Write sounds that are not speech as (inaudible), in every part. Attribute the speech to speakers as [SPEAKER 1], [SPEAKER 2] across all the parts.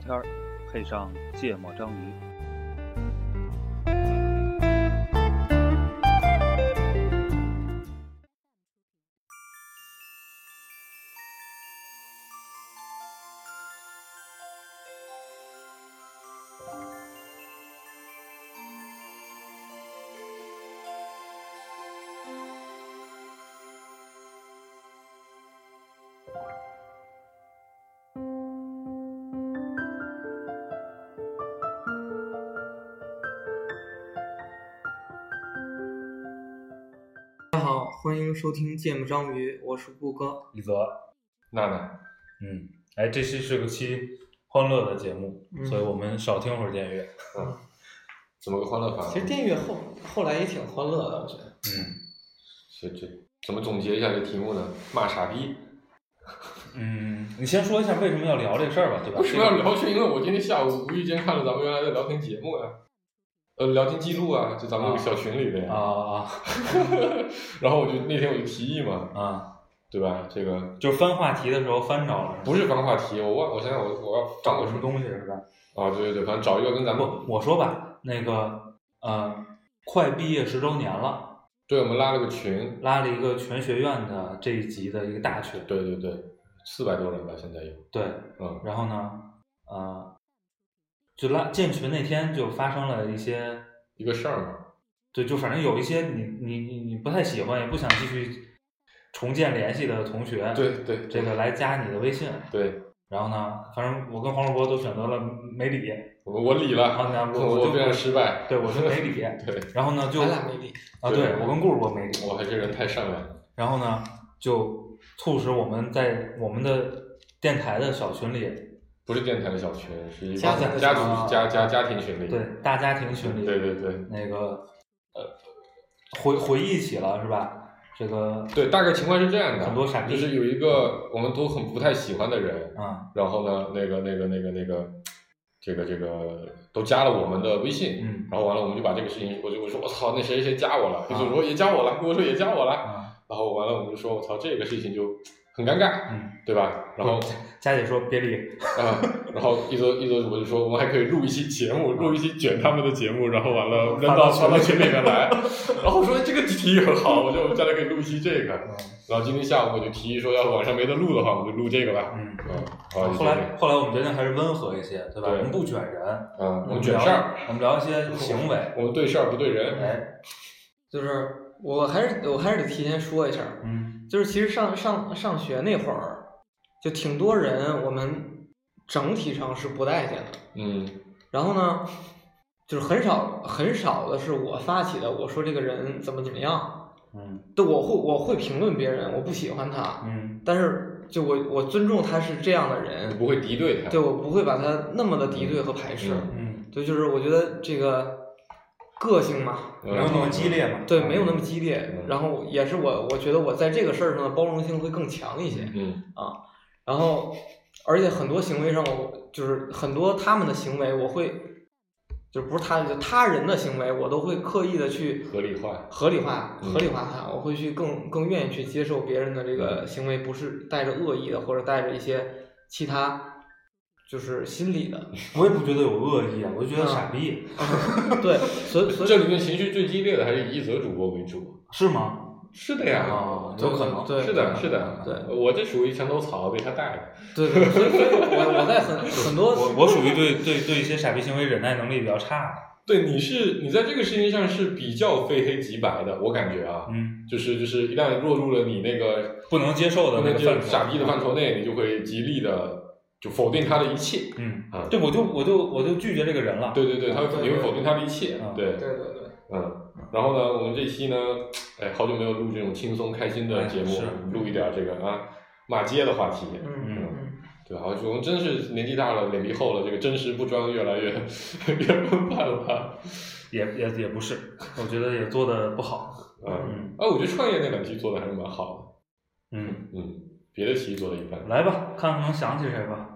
[SPEAKER 1] 片儿，配上芥末章鱼。
[SPEAKER 2] 大家好，欢迎收听《芥末章鱼》，我是顾哥。
[SPEAKER 3] 一泽，
[SPEAKER 4] 娜娜，
[SPEAKER 3] 嗯，哎，这期是个期欢乐的节目，
[SPEAKER 2] 嗯
[SPEAKER 3] 所以我们少听会儿电乐。
[SPEAKER 4] 嗯，怎么个欢乐法？
[SPEAKER 2] 其实电乐后后来也挺欢乐
[SPEAKER 4] 啊
[SPEAKER 2] 的，我觉得。
[SPEAKER 3] 嗯
[SPEAKER 4] 是这怎么总结一下这题目呢？骂傻逼。
[SPEAKER 3] 嗯，你先说一下为什么要聊这事儿吧，对吧？
[SPEAKER 4] 为什么要聊？是因为我今天下午无意间看了咱们原来的聊天节目呀、呃，聊天记录啊，就咱们那个小群里的呀。
[SPEAKER 3] 啊
[SPEAKER 4] (laughs) 然后我就那天我就提议嘛，
[SPEAKER 3] 啊啊！
[SPEAKER 4] 对吧？这个
[SPEAKER 3] 就是翻话题的时候翻着了，
[SPEAKER 4] 不是翻话题，我忘，我想想我我要
[SPEAKER 3] 找
[SPEAKER 4] 找
[SPEAKER 3] 个
[SPEAKER 4] 个
[SPEAKER 3] 什
[SPEAKER 4] 什
[SPEAKER 3] 么
[SPEAKER 4] 么
[SPEAKER 3] 东西是吧？
[SPEAKER 4] 啊？对对对，反正找一个跟咱们，
[SPEAKER 3] 不，我说吧，那个呃，快毕业十周年了，
[SPEAKER 4] 对我们拉了个群，
[SPEAKER 3] 拉了一个全学院的这一级的一个大群，
[SPEAKER 4] 对对对，四百多人吧，现在有，
[SPEAKER 3] 对，
[SPEAKER 4] 嗯
[SPEAKER 3] 然后呢，呃，就拉建群那天就发生了一些
[SPEAKER 4] 一个事儿嘛，
[SPEAKER 3] 对，就反正有一些你你你你不太喜欢，也不想继续重建联系的同学，
[SPEAKER 4] 对对
[SPEAKER 3] 这个来加你的微信。
[SPEAKER 4] 对，
[SPEAKER 3] 然后呢，反正我跟黄世博都选择了没理，
[SPEAKER 4] 我我理
[SPEAKER 3] 然
[SPEAKER 4] 了，
[SPEAKER 3] 后
[SPEAKER 4] (laughs)
[SPEAKER 3] 呢，我
[SPEAKER 4] 啊我
[SPEAKER 3] 就
[SPEAKER 4] 非常失败，
[SPEAKER 3] 对我是没理。
[SPEAKER 4] (laughs) 对，
[SPEAKER 3] 然后呢，就
[SPEAKER 2] 咱俩没理。
[SPEAKER 3] 啊，
[SPEAKER 4] 对
[SPEAKER 3] 对我跟顾主播没理。
[SPEAKER 4] 我还是人太善良了，
[SPEAKER 3] 然后呢，就促使我们在我们的电台的小群里，
[SPEAKER 4] 不是电台的小群，是一个
[SPEAKER 2] 家
[SPEAKER 4] 家
[SPEAKER 2] 庭的
[SPEAKER 4] 族
[SPEAKER 2] 群啊
[SPEAKER 4] 家家家庭群里。
[SPEAKER 3] 对大家庭群里，
[SPEAKER 4] 对对对
[SPEAKER 3] 那个呃回回忆起了是吧？这个
[SPEAKER 4] 对大概情况是这样的，
[SPEAKER 3] 很多傻逼
[SPEAKER 4] 就是有一个我们都很不太喜欢的人，
[SPEAKER 3] 啊
[SPEAKER 4] 然后呢，那个那个那个那个，这个这个都加了我们的微信，
[SPEAKER 3] 嗯
[SPEAKER 4] 然后完了我们就把这个事情，我就我说我操，那谁谁加我了，
[SPEAKER 3] 啊
[SPEAKER 4] 我说也加我了，跟我说也加我了，
[SPEAKER 3] 啊
[SPEAKER 4] 然后完了我们就说我操这个事情就很尴尬，
[SPEAKER 3] 嗯，
[SPEAKER 4] 对吧？然后
[SPEAKER 3] 佳姐说别理，
[SPEAKER 4] (laughs) 啊，然后一周一周主播就说，我们还可以录一期节目，录一期卷他们的节目，然后完了扔到
[SPEAKER 3] 嗯发
[SPEAKER 4] 发
[SPEAKER 3] 到
[SPEAKER 4] 到
[SPEAKER 3] 群
[SPEAKER 4] 群
[SPEAKER 3] 里
[SPEAKER 4] 里
[SPEAKER 3] (laughs)
[SPEAKER 4] 面来。然后我说这个提议很好，我觉得我们将来可以录一期这个。然后今天下午我就提议说，要是晚上没得录的话，我们就录这个吧。
[SPEAKER 3] 嗯。
[SPEAKER 4] 嗯，好，就
[SPEAKER 3] 后
[SPEAKER 4] 这样
[SPEAKER 3] 来，后来我们决定还是温和一些，对吧？
[SPEAKER 4] 对
[SPEAKER 3] 我们不卷人，
[SPEAKER 4] 嗯，我
[SPEAKER 3] 们
[SPEAKER 4] 们卷事儿，
[SPEAKER 3] 聊，我们聊一些行为。
[SPEAKER 4] 我们对事儿不对人。
[SPEAKER 3] 哎，
[SPEAKER 2] 就是我还是我还是得提前说一下，
[SPEAKER 3] 嗯
[SPEAKER 2] 就是其实上上上学那会儿，就挺多人我们整体上是不待见的。
[SPEAKER 4] 嗯
[SPEAKER 2] 然后呢，就是很少很少的是我发起的，我说这个人怎么怎么样，
[SPEAKER 3] 嗯
[SPEAKER 2] 对，我会我会评论别人，我不喜欢他，
[SPEAKER 3] 嗯
[SPEAKER 2] 但是就我我尊重他是这样的人
[SPEAKER 4] 我，不会敌对他。
[SPEAKER 2] 对我不会把他那么的敌对和排斥。
[SPEAKER 4] 嗯
[SPEAKER 3] 嗯，
[SPEAKER 2] 对，就是我觉得这个个性嘛，
[SPEAKER 4] 嗯
[SPEAKER 3] 没有那么激。烈嘛？
[SPEAKER 2] 对，没有那么激烈。
[SPEAKER 4] 嗯
[SPEAKER 2] 然后也是我，我觉得我在这个事儿上的包容性会更强一些。
[SPEAKER 4] 嗯
[SPEAKER 2] 然后，而且很多行为上我，就是很多他们的行为，我会，就不是他就他人的行为，我都会刻意的去
[SPEAKER 4] 合理化
[SPEAKER 2] 合理化、
[SPEAKER 4] 嗯
[SPEAKER 2] 合理化它。我会去更更愿意去接受别人的这个行为，不是带着恶意的，或者带着一些其他就是心理的。 (laughs)
[SPEAKER 3] 嗯我也不觉得有恶意，啊，我就觉得傻逼，
[SPEAKER 2] 对，所以所以
[SPEAKER 4] 这里面情绪最激烈的还是以一泽主播为主。
[SPEAKER 3] 是吗？
[SPEAKER 4] 是的呀。
[SPEAKER 3] 啊，
[SPEAKER 2] 对
[SPEAKER 3] 有可能。
[SPEAKER 2] 对
[SPEAKER 4] 是的，是的，
[SPEAKER 2] 对
[SPEAKER 4] 我这属于墙头草，被他带的。
[SPEAKER 2] 对对，所以所以我我在很很多
[SPEAKER 3] 我我属于对对对一些傻逼行为忍耐能力比较差
[SPEAKER 4] 对，你是你在这个事情上是比较非黑即白的，我感觉
[SPEAKER 3] 的，，
[SPEAKER 4] 啊
[SPEAKER 3] 嗯，
[SPEAKER 4] 就是就是一旦落入了你那个
[SPEAKER 3] 不能接受的那
[SPEAKER 4] 那
[SPEAKER 3] 个
[SPEAKER 4] 就
[SPEAKER 3] 范畴，
[SPEAKER 4] 傻逼的范畴内，你就会极力的就否定他的一切。
[SPEAKER 3] 嗯
[SPEAKER 4] 啊，
[SPEAKER 3] 对，我就我就我就拒绝这个人了。
[SPEAKER 4] 对对对，
[SPEAKER 3] 嗯
[SPEAKER 4] 他
[SPEAKER 2] 对
[SPEAKER 4] 会
[SPEAKER 2] 对
[SPEAKER 4] 你会否定他的一切
[SPEAKER 3] 啊，
[SPEAKER 4] 对，
[SPEAKER 2] 对对对，
[SPEAKER 4] 嗯。然后呢，我们这期呢，哎，好久没有录这种轻松开心的节
[SPEAKER 3] 哎
[SPEAKER 4] 目
[SPEAKER 3] 是，
[SPEAKER 4] 录一点这个啊骂街的话题，
[SPEAKER 2] 嗯嗯，
[SPEAKER 4] 对吧？我们真是年纪大了，脸皮厚了，这个真实不装越来越 (laughs) 越崩溃了吧？
[SPEAKER 3] 也也也不是，我觉得也做的不好。
[SPEAKER 4] 嗯，
[SPEAKER 3] 嗯
[SPEAKER 4] 啊，我觉得创业那两期做的还是蛮好的。
[SPEAKER 3] 嗯。
[SPEAKER 4] 嗯，别的题做的一般。
[SPEAKER 3] 来吧，看看能想起谁吧。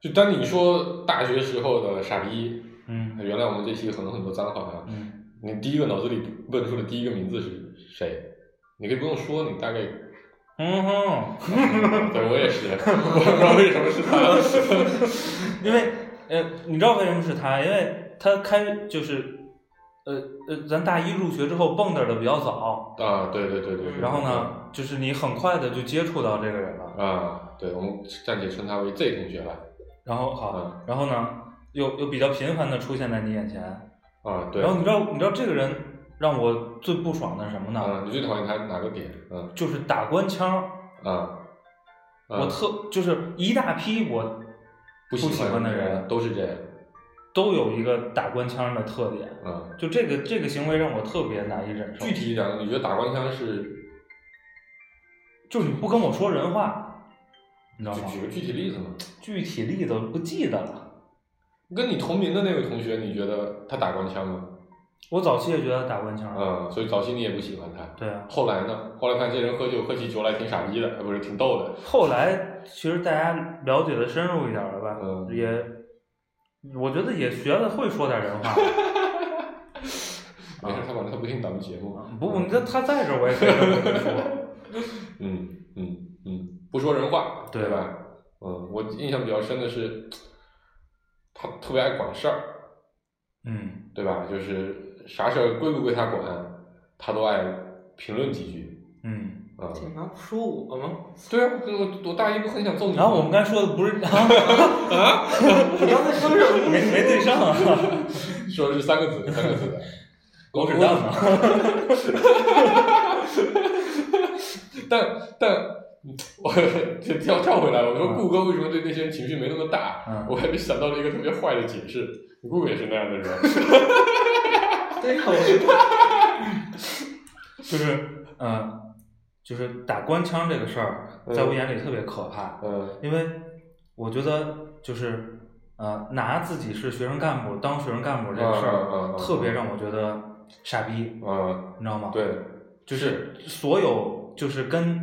[SPEAKER 4] 就当你说大学时候的傻逼，
[SPEAKER 3] 嗯
[SPEAKER 4] 原来我们这期可能很多脏话啊，
[SPEAKER 3] 嗯， (laughs)
[SPEAKER 4] 你第一个脑子里蹦出的第一个名字是谁？你可以不用说，你大概
[SPEAKER 3] 嗯哼，
[SPEAKER 4] 对我也是，我 (laughs) 不知道为什么是
[SPEAKER 3] (laughs)
[SPEAKER 4] (laughs) 他。
[SPEAKER 3] 因为呃，你知道为什么是他？因为他开就是呃呃，咱大一入学之后蹦跶的比较早，
[SPEAKER 4] 啊，对对对对对。
[SPEAKER 3] 然后？
[SPEAKER 4] 嗯
[SPEAKER 3] 呢，就是你很快的就接触到这个人了，
[SPEAKER 4] 啊，对，我们暂且称他为 Z 同学吧。
[SPEAKER 3] 然后好
[SPEAKER 4] 嗯，
[SPEAKER 3] 然后呢，又又比较频繁的出现在你眼前，
[SPEAKER 4] 啊，对。
[SPEAKER 3] 然后你知道你知道这个人让我最不爽的是什么呢？
[SPEAKER 4] 嗯，你最讨厌他哪个点？嗯
[SPEAKER 3] 就是打官腔，
[SPEAKER 4] 啊，嗯
[SPEAKER 3] 我特就是一大批我
[SPEAKER 4] 不
[SPEAKER 3] 喜
[SPEAKER 4] 欢嗯
[SPEAKER 3] 欢的人
[SPEAKER 4] 都是这样。
[SPEAKER 3] 都有一个打官腔的特点，
[SPEAKER 4] 嗯，
[SPEAKER 3] 就这个这个行为让我特别难以忍受。
[SPEAKER 4] 具体一点，你觉得打官腔是？
[SPEAKER 3] 就是你不跟我说人话，你知道
[SPEAKER 4] 就
[SPEAKER 3] 吗？
[SPEAKER 4] 举个具体例子嘛。
[SPEAKER 3] 具体例子我不记得了。
[SPEAKER 4] 跟你同龄的那位同学，你觉得他打官腔吗？
[SPEAKER 3] 我早期也觉得打官腔，
[SPEAKER 4] 嗯，所以早期你也不喜欢他。
[SPEAKER 3] 对啊。
[SPEAKER 4] 后来呢？后来看这人喝酒喝起酒来挺傻逼的，呃不是挺逗的。
[SPEAKER 3] 后来其实大家了解的深入一点了吧，
[SPEAKER 4] 嗯
[SPEAKER 3] 也我觉得也学的会说点人话。
[SPEAKER 4] 没事，他反正他不听咱们节目。
[SPEAKER 3] 啊嗯不，不，你这他在这儿我也可以这么跟你说。
[SPEAKER 4] 嗯嗯嗯，不说人话，
[SPEAKER 3] 对
[SPEAKER 4] 吧？嗯，我印象比较深的是，他特别爱管事儿。
[SPEAKER 3] 嗯，
[SPEAKER 4] 对吧？就是啥事儿归不归他管，他都爱评论几句
[SPEAKER 3] 嗯，
[SPEAKER 4] 啊、
[SPEAKER 2] 这你妈不说我吗？ (laughs)
[SPEAKER 4] 对啊，我我大一不很想揍你吗。
[SPEAKER 3] 然后我们刚才说的不是 (laughs) 啊，
[SPEAKER 2] 你刚才说什么？
[SPEAKER 3] 没没对上啊，
[SPEAKER 4] (laughs) 说的是三个字，三个字的。
[SPEAKER 3] (laughs) 狗屎蛋嘛。
[SPEAKER 4] 但但我就跳跳回来，我说顾哥为什么对那些人情绪没那么大？
[SPEAKER 3] 嗯
[SPEAKER 4] 我还是想到了一个特别坏的解释，顾哥也是那样的人。
[SPEAKER 2] (laughs)
[SPEAKER 4] (laughs)
[SPEAKER 2] 对呀，我
[SPEAKER 3] (laughs) 就是嗯、呃就是打官腔这个事儿，
[SPEAKER 4] 嗯
[SPEAKER 3] 在我眼里特别可怕，
[SPEAKER 4] 嗯
[SPEAKER 3] 因为我觉得就是呃，拿自己是学生干部当学生干部这个事
[SPEAKER 4] 嗯嗯嗯
[SPEAKER 3] 儿，
[SPEAKER 4] 嗯
[SPEAKER 3] 特别让我觉得傻逼，
[SPEAKER 4] 嗯，
[SPEAKER 3] 你知道吗？，
[SPEAKER 4] 对，
[SPEAKER 3] 就是所有就是跟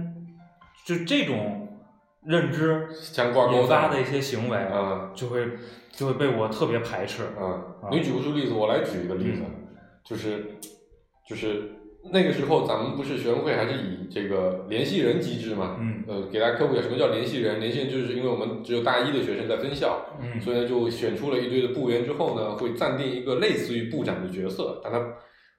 [SPEAKER 3] 就这种认知
[SPEAKER 4] 相挂钩
[SPEAKER 3] 引发的一些行为，
[SPEAKER 4] 嗯。
[SPEAKER 3] 就会就会被我特别排斥。
[SPEAKER 4] 嗯
[SPEAKER 3] 啊，嗯
[SPEAKER 4] 你举不出例子，我来举一个例子，就是就是那个时候咱们不是学生会还是以这个联系人机制嘛，
[SPEAKER 3] 嗯
[SPEAKER 4] 呃，给大家科普一下什么叫联系人，联系人就是因为我们只有大一的学生在分校，
[SPEAKER 3] 嗯
[SPEAKER 4] 所以呢就选出了一堆的部员之后呢，会暂定一个类似于部长的角色，但他。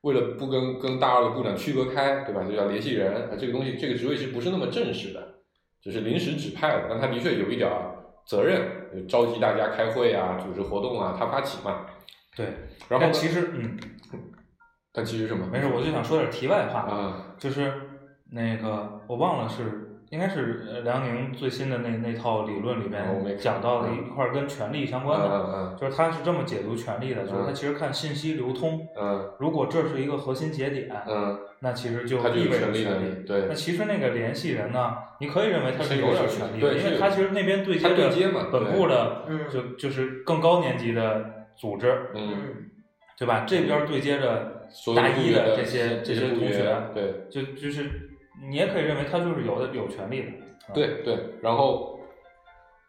[SPEAKER 4] 为了不跟跟大二的部长区隔开，对吧？就叫联系人。啊，这个东西，这个职位是不是那么正式的？只是临时指派的，但他的确有一点儿责任，就召集大家开会啊，组织活动啊，他发起嘛。
[SPEAKER 3] 对，
[SPEAKER 4] 然后
[SPEAKER 3] 但
[SPEAKER 4] 呢
[SPEAKER 3] 其实嗯
[SPEAKER 4] 但其实什么？
[SPEAKER 3] 没事，我就想说点题外话。
[SPEAKER 4] 啊，
[SPEAKER 3] 就是那个我忘了是应该是呃梁宁最新的那那套理论里
[SPEAKER 4] 哦我没
[SPEAKER 3] 面
[SPEAKER 4] 看
[SPEAKER 3] 讲到的一块儿跟权力相关的，
[SPEAKER 4] 嗯
[SPEAKER 3] 就是他是这么解读权力的，就是他
[SPEAKER 4] 嗯
[SPEAKER 3] 其实看信息流通，
[SPEAKER 4] 嗯
[SPEAKER 3] 如果这是一个核心节点，
[SPEAKER 4] 嗯
[SPEAKER 3] 那其实就
[SPEAKER 4] 嗯，他就
[SPEAKER 3] 意
[SPEAKER 4] 有
[SPEAKER 3] 味
[SPEAKER 4] 权
[SPEAKER 3] 着
[SPEAKER 4] 利能
[SPEAKER 3] 权力
[SPEAKER 4] 力，。对
[SPEAKER 3] 那，其实那个联系人呢，你可以认为他
[SPEAKER 4] 是
[SPEAKER 3] 是
[SPEAKER 4] 有
[SPEAKER 3] 有点
[SPEAKER 4] 权
[SPEAKER 3] 权
[SPEAKER 4] 利
[SPEAKER 3] 利
[SPEAKER 4] 对
[SPEAKER 3] 的，因为
[SPEAKER 4] 是
[SPEAKER 3] 他其实那边对接
[SPEAKER 4] 他对接
[SPEAKER 3] 着
[SPEAKER 4] 嘛
[SPEAKER 3] 本部的
[SPEAKER 2] 嗯
[SPEAKER 3] 就就是更高年级的组织，
[SPEAKER 4] 嗯，
[SPEAKER 2] 嗯，
[SPEAKER 3] 对吧？这边对接着
[SPEAKER 4] 所有
[SPEAKER 3] 大
[SPEAKER 4] 部
[SPEAKER 3] 一
[SPEAKER 4] 员
[SPEAKER 3] 的
[SPEAKER 4] 的
[SPEAKER 3] 这些
[SPEAKER 4] 这
[SPEAKER 3] 些
[SPEAKER 4] 部
[SPEAKER 3] 同
[SPEAKER 4] 员
[SPEAKER 3] 学，
[SPEAKER 4] 对
[SPEAKER 3] 就就是你也可以认为他就是有的有权利的。啊，
[SPEAKER 4] 对对，然后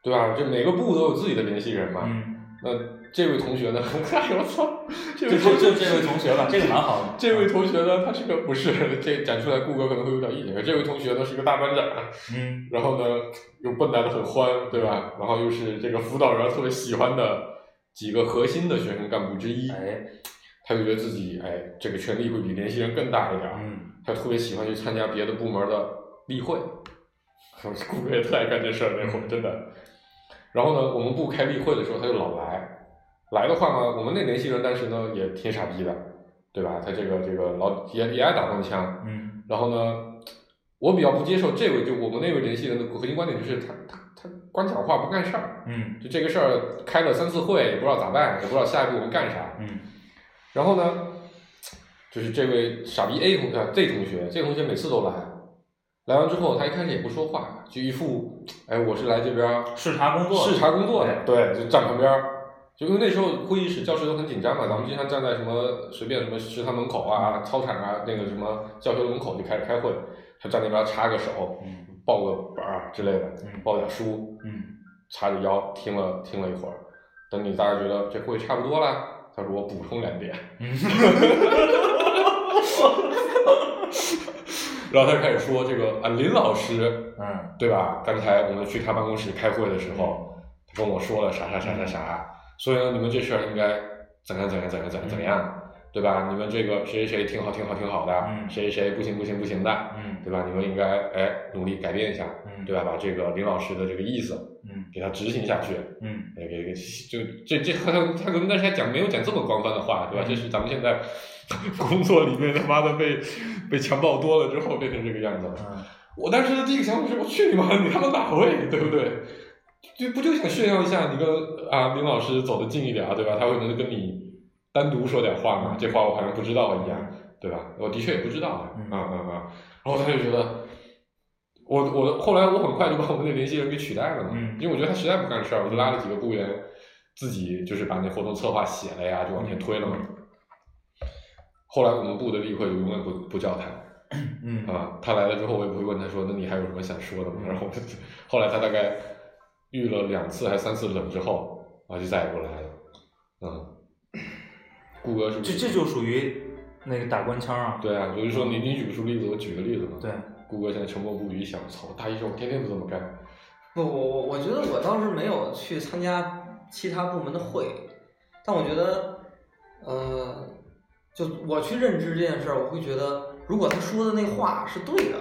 [SPEAKER 4] 对吧？这每个部都有自己的联系人嘛。
[SPEAKER 3] 嗯，
[SPEAKER 4] 那这位同学呢？ (laughs) 哎呦我操！这
[SPEAKER 3] 就
[SPEAKER 4] 位
[SPEAKER 3] 就
[SPEAKER 4] 同
[SPEAKER 3] 就
[SPEAKER 4] 学，
[SPEAKER 3] 这位同学吧，这个蛮好的。
[SPEAKER 4] 这位同学呢？他是个不是这讲出来，顾哥可能会有点意见。这位同学呢是个大班长，
[SPEAKER 3] 嗯，
[SPEAKER 4] 然后呢又蹦跶的很欢，对吧？然后又是这个辅导员特别喜欢的几个核心的学生干部之一。
[SPEAKER 3] 哎，
[SPEAKER 4] 他就觉得自己哎，这个权力会比联系人更大一点儿，
[SPEAKER 3] 嗯，
[SPEAKER 4] 他特别喜欢去参加别的部门的例会，顾哥也特爱干这事儿那会儿真的。然后呢，我们部开例会的时候他就老来，来的话呢，我们那联系人但是呢也挺傻逼的，对吧？他这个这个老也也爱打官腔，
[SPEAKER 3] 嗯，
[SPEAKER 4] 然后呢，我比较不接受这位就我们那位联系人的核心观点就是他他他光讲话不干事儿，
[SPEAKER 3] 嗯，
[SPEAKER 4] 就这个事儿开了三次会也不知道咋办，也不知道下一步我们干啥，
[SPEAKER 3] 嗯，
[SPEAKER 4] 然后呢，就是这位傻逼 A 同学、Z 同学，Z 同学每次都来，来完之后他一开始也不说话，就一副哎我是来这边儿
[SPEAKER 3] 视察工作，
[SPEAKER 4] 视察工作的，
[SPEAKER 3] 哎
[SPEAKER 4] 对，就站旁边儿。就因为那时候会议室、教室都很紧张嘛，咱们经常站在什么随便什么食堂门口啊、操场啊、那个什么教学楼门口就开始开会，他站那边插个手、
[SPEAKER 3] 嗯
[SPEAKER 4] 抱个板儿之类的
[SPEAKER 3] 嗯，
[SPEAKER 4] 抱点书，
[SPEAKER 3] 嗯
[SPEAKER 4] 叉着腰听了听了一会儿，等你大概觉得这会差不多了，他说我补充两点，
[SPEAKER 3] 嗯，
[SPEAKER 4] 然后他就开始说这个啊，林老师，
[SPEAKER 3] 嗯
[SPEAKER 4] 对吧？刚才我们去他办公室开会的时候，他跟我说了啥啥啥啥啥，所以呢，你们这事儿应该怎样怎样怎样怎样怎样，对吧？你们这个谁谁谁挺好挺好挺好的，
[SPEAKER 3] 嗯
[SPEAKER 4] 谁谁谁不行不行不行的，
[SPEAKER 3] 嗯
[SPEAKER 4] 对吧？你们应该哎努力改变一下，
[SPEAKER 3] 嗯，
[SPEAKER 4] 对吧？把这个林老师的这个意思
[SPEAKER 3] 嗯
[SPEAKER 4] 给他执行下去，
[SPEAKER 3] 嗯
[SPEAKER 4] 那个就这这他他可能但是还讲没有讲这么官方的话，对吧？
[SPEAKER 3] 嗯
[SPEAKER 4] 这是咱们现在 (laughs) 工作里面他妈的被被强暴多了之后变成这个样子了。
[SPEAKER 3] 嗯
[SPEAKER 4] 我当时的第一个想法是，我去你妈，你他妈哪位，对不对？就不就想炫耀一下你跟啊林老师走得近一点啊，对吧？他会能跟你单独说点话吗？这话我好像不知道一样。对吧？我的确也不知道的，
[SPEAKER 3] 嗯
[SPEAKER 4] 啊啊啊！然后他就觉得，我我后来我很快就把我们的联系人给取代了嘛，
[SPEAKER 3] 嗯
[SPEAKER 4] 因为我觉得他实在不干事儿，我就拉了几个部员，自己就是把那活动策划写了呀，就往前推了嘛。
[SPEAKER 3] 嗯
[SPEAKER 4] 后来我们部的例会就永远不不叫他
[SPEAKER 3] 嗯
[SPEAKER 4] 啊，他来了之后我也不会问他说，那你还有什么想说的吗？ (laughs) 然后后来他大概遇了两次还三次冷之后，啊就再也不来了，嗯，顾哥是不
[SPEAKER 3] 这
[SPEAKER 4] 是
[SPEAKER 3] 这就属于那个打官腔啊。
[SPEAKER 4] 对啊，我就说你你举不出例子，我举个例子嘛。
[SPEAKER 3] 对，
[SPEAKER 4] 顾哥现在沉默不语，想操，大一时候我天天都这么干。
[SPEAKER 2] 不，我我我觉得我倒是没有去参加其他部门的会，但我觉得，呃，就我去认知这件事儿，我会觉得，如果他说的那话是对的，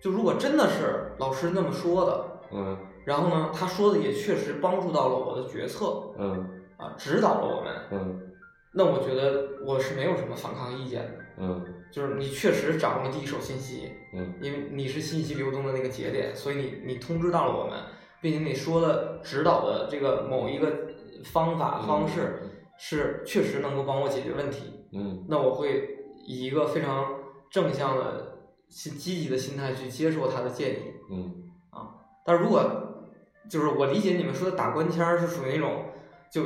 [SPEAKER 2] 就如果真的是老师那么说的，
[SPEAKER 4] 嗯
[SPEAKER 2] 然后呢，他说的也确实帮助到了我的决策
[SPEAKER 4] 嗯
[SPEAKER 2] 啊，指导了我们，
[SPEAKER 4] 嗯
[SPEAKER 2] 那我觉得我是没有什么反抗意见的，
[SPEAKER 4] 嗯
[SPEAKER 2] 就是你确实掌握了第一手信息，
[SPEAKER 4] 嗯
[SPEAKER 2] 因为你是信息流动的那个节点，所以你你通知到了我们，并且你说的指导的这个某一个方法
[SPEAKER 4] 嗯
[SPEAKER 2] 方式是确实能够帮我解决问题，
[SPEAKER 4] 嗯
[SPEAKER 2] 那我会以一个非常正向的、心积极的心态去接受他的建议。
[SPEAKER 4] 嗯
[SPEAKER 2] 但如果就是我理解你们说的打官腔儿是属于那种就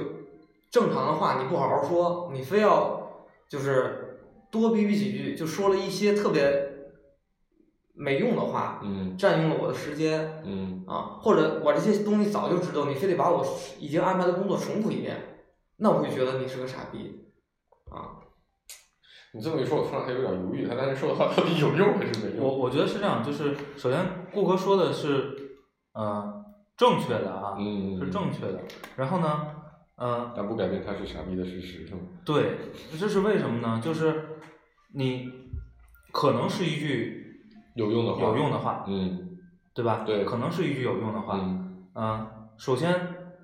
[SPEAKER 2] 正常的话你不好好说，你非要就是多逼逼几句，就说了一些特别没用的话，
[SPEAKER 4] 嗯
[SPEAKER 2] 占用了我的时间
[SPEAKER 4] 嗯
[SPEAKER 2] 啊，或者我这些东西早就知道，你非得把我已经安排的工作重复一遍，那我会觉得你是个傻逼啊。
[SPEAKER 4] 你这么一说，我突然还有点犹豫，他当时说的话到底有用还是没
[SPEAKER 3] 我
[SPEAKER 4] 用？
[SPEAKER 3] 我觉得是这样，就是首先顾哥说的是，呃，正确的啊，
[SPEAKER 4] 嗯，
[SPEAKER 3] 是正确的。然后呢，嗯、
[SPEAKER 4] 但不改变他是傻逼的事实，嗯是吗？
[SPEAKER 3] 对，这是为什么呢？就是你可能是一句
[SPEAKER 4] 有用的话，
[SPEAKER 3] 有用的话，
[SPEAKER 4] 嗯
[SPEAKER 3] 对吧？
[SPEAKER 4] 对
[SPEAKER 3] 可能是一句有用的话。
[SPEAKER 4] 嗯，
[SPEAKER 3] 嗯、首先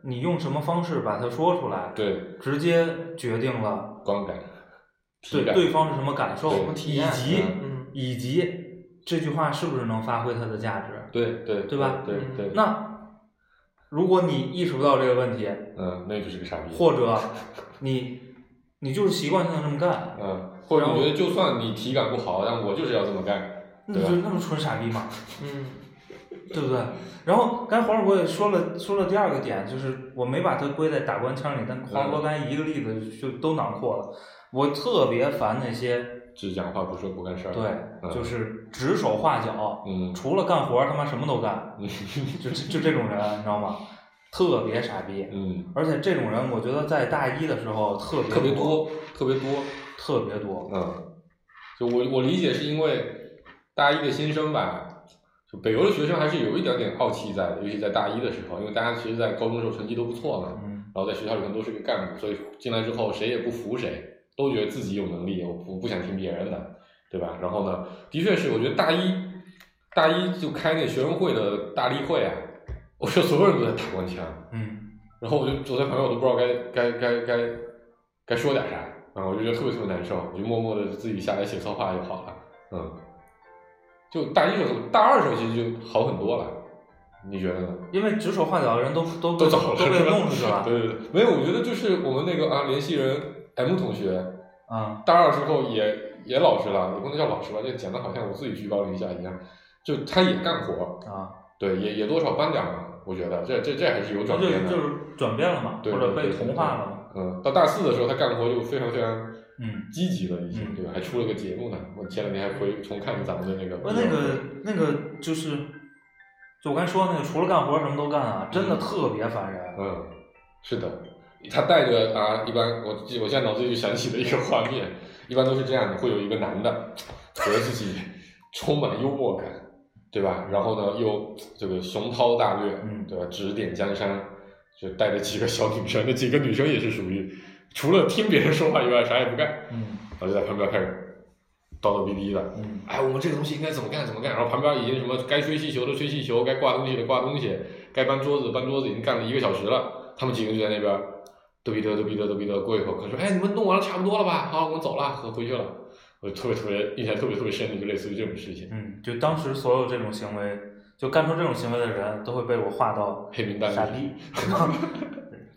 [SPEAKER 3] 你用什么方式把它说出来，
[SPEAKER 4] 对，
[SPEAKER 3] 直接决定了
[SPEAKER 4] 观感，体
[SPEAKER 3] 对
[SPEAKER 4] 感，
[SPEAKER 3] 对方是什么感受
[SPEAKER 4] 对什么，
[SPEAKER 2] 体
[SPEAKER 3] 以
[SPEAKER 2] 验
[SPEAKER 3] 及
[SPEAKER 2] 嗯
[SPEAKER 3] 以及这句话是不是能发挥它的价值。
[SPEAKER 4] 对对
[SPEAKER 3] 对吧嗯
[SPEAKER 4] 对对，对
[SPEAKER 3] 那如果你意识不到这个问题，
[SPEAKER 4] 嗯，那就是个傻逼。
[SPEAKER 3] 或者你你就是习惯性的这么干，
[SPEAKER 4] 嗯，或者
[SPEAKER 3] 然
[SPEAKER 4] 你
[SPEAKER 3] 后
[SPEAKER 4] 觉得就算你体感不好，但我就是要这么干。
[SPEAKER 3] 那你
[SPEAKER 4] 对吧啊
[SPEAKER 3] 就那么纯傻逼嘛，
[SPEAKER 2] 嗯
[SPEAKER 3] 对不对？然后刚才黄世博也说了说了第二个点，就是我没把它归在打官腔里，但黄
[SPEAKER 4] 嗯
[SPEAKER 3] 世博刚才一个例子就都囊括了。我特别烦那些
[SPEAKER 4] 只讲话不说不干事儿。
[SPEAKER 3] 对，
[SPEAKER 4] 嗯
[SPEAKER 3] 就是指手画脚，
[SPEAKER 4] 嗯
[SPEAKER 3] 除了干活儿他妈什么都干，就就就这种人，你知道吗？特别傻逼，
[SPEAKER 4] 嗯，
[SPEAKER 3] 而且这种人我觉得在大一的时候特别
[SPEAKER 4] 特别多，特别多。
[SPEAKER 3] 特别多。
[SPEAKER 4] 嗯，就我我理解是因为大一的新生吧，就北邮的学生还是有一点点傲气在的，尤其在大一的时候，因为大家其实，在高中的时候成绩都不错嘛，
[SPEAKER 3] 嗯
[SPEAKER 4] 然后在学校里面都是个干部，所以进来之后谁也不服谁，都觉得自己有能力，我不不想听别人的，对吧？然后呢，的确是，我觉得大一大一就开那学生会的大例会啊，我说所有人都在打官腔，
[SPEAKER 3] 嗯
[SPEAKER 4] 然后我就坐在旁边，我都不知道该该该该该说点啥，啊，我就觉得特别特别难受，我就默默的自己下来写策划就好了，嗯，就大一的时候，大二的时候其实就好很多了，你觉得呢？
[SPEAKER 3] 因为指手画脚的人都都
[SPEAKER 4] 都
[SPEAKER 3] 被
[SPEAKER 4] 走了，
[SPEAKER 3] 都
[SPEAKER 4] 是
[SPEAKER 3] 被
[SPEAKER 4] 吧
[SPEAKER 3] 弄出去
[SPEAKER 4] (laughs)
[SPEAKER 3] 了，
[SPEAKER 4] 对对对，没有，我觉得就是我们那个啊联系人 M 同学，
[SPEAKER 3] 啊，
[SPEAKER 4] 大二之后也也老实了，也不能叫老实吧，就讲的好像我自己居高临下一样，就他也干活，
[SPEAKER 3] 啊，
[SPEAKER 4] 对，也也多少帮点嘛，我觉得这这这还是有
[SPEAKER 3] 就
[SPEAKER 4] 转变的，
[SPEAKER 3] 就是转变了嘛，
[SPEAKER 4] 对
[SPEAKER 3] 或者
[SPEAKER 4] 对
[SPEAKER 3] 被
[SPEAKER 4] 对
[SPEAKER 3] 同化了嘛，
[SPEAKER 4] 嗯，到大四的时候，他干活就非常非常
[SPEAKER 3] 嗯。
[SPEAKER 4] 积极了，已经
[SPEAKER 3] 嗯
[SPEAKER 4] 对吧？还出了个节目呢。我前两天还回重看了咱们的那个。
[SPEAKER 3] 我那个那个就是，就我刚才说那个，除了干活什么都干啊，真的特别烦人。
[SPEAKER 4] 嗯，是的，他带着啊，一般我记我现在脑子里就想起了一个画面，一般都是这样的，会有一个男的觉得自己充满幽默感，对吧？然后呢，又这个雄韬大略，
[SPEAKER 3] 嗯
[SPEAKER 4] 对吧？指点江山，就带着几个小女生，那几个女生也是属于除了听别人说话以外啥也不干，
[SPEAKER 3] 嗯
[SPEAKER 4] 然后就在旁边开始叨叨逼逼的。
[SPEAKER 3] 嗯
[SPEAKER 4] 哎，我们这个东西应该怎么干怎么干？然后旁边已经什么该吹气球的吹气球，该挂东西的挂东西，该搬桌子的搬桌子，已经干了一个小时了。他们几个就在那边嘚逼嘚嘚逼嘚嘚逼嘚。过一会儿，可能说：“哎，你们弄完了差不多了吧？好，我们走了，回回去了。”我就特别特别印象特别特别深的，就类似于这种事情，
[SPEAKER 3] 嗯，就当时所有这种行为，就干出这种行为的人都会被我划到
[SPEAKER 4] 黑名单里
[SPEAKER 3] 傻
[SPEAKER 4] (laughs)
[SPEAKER 3] 逼，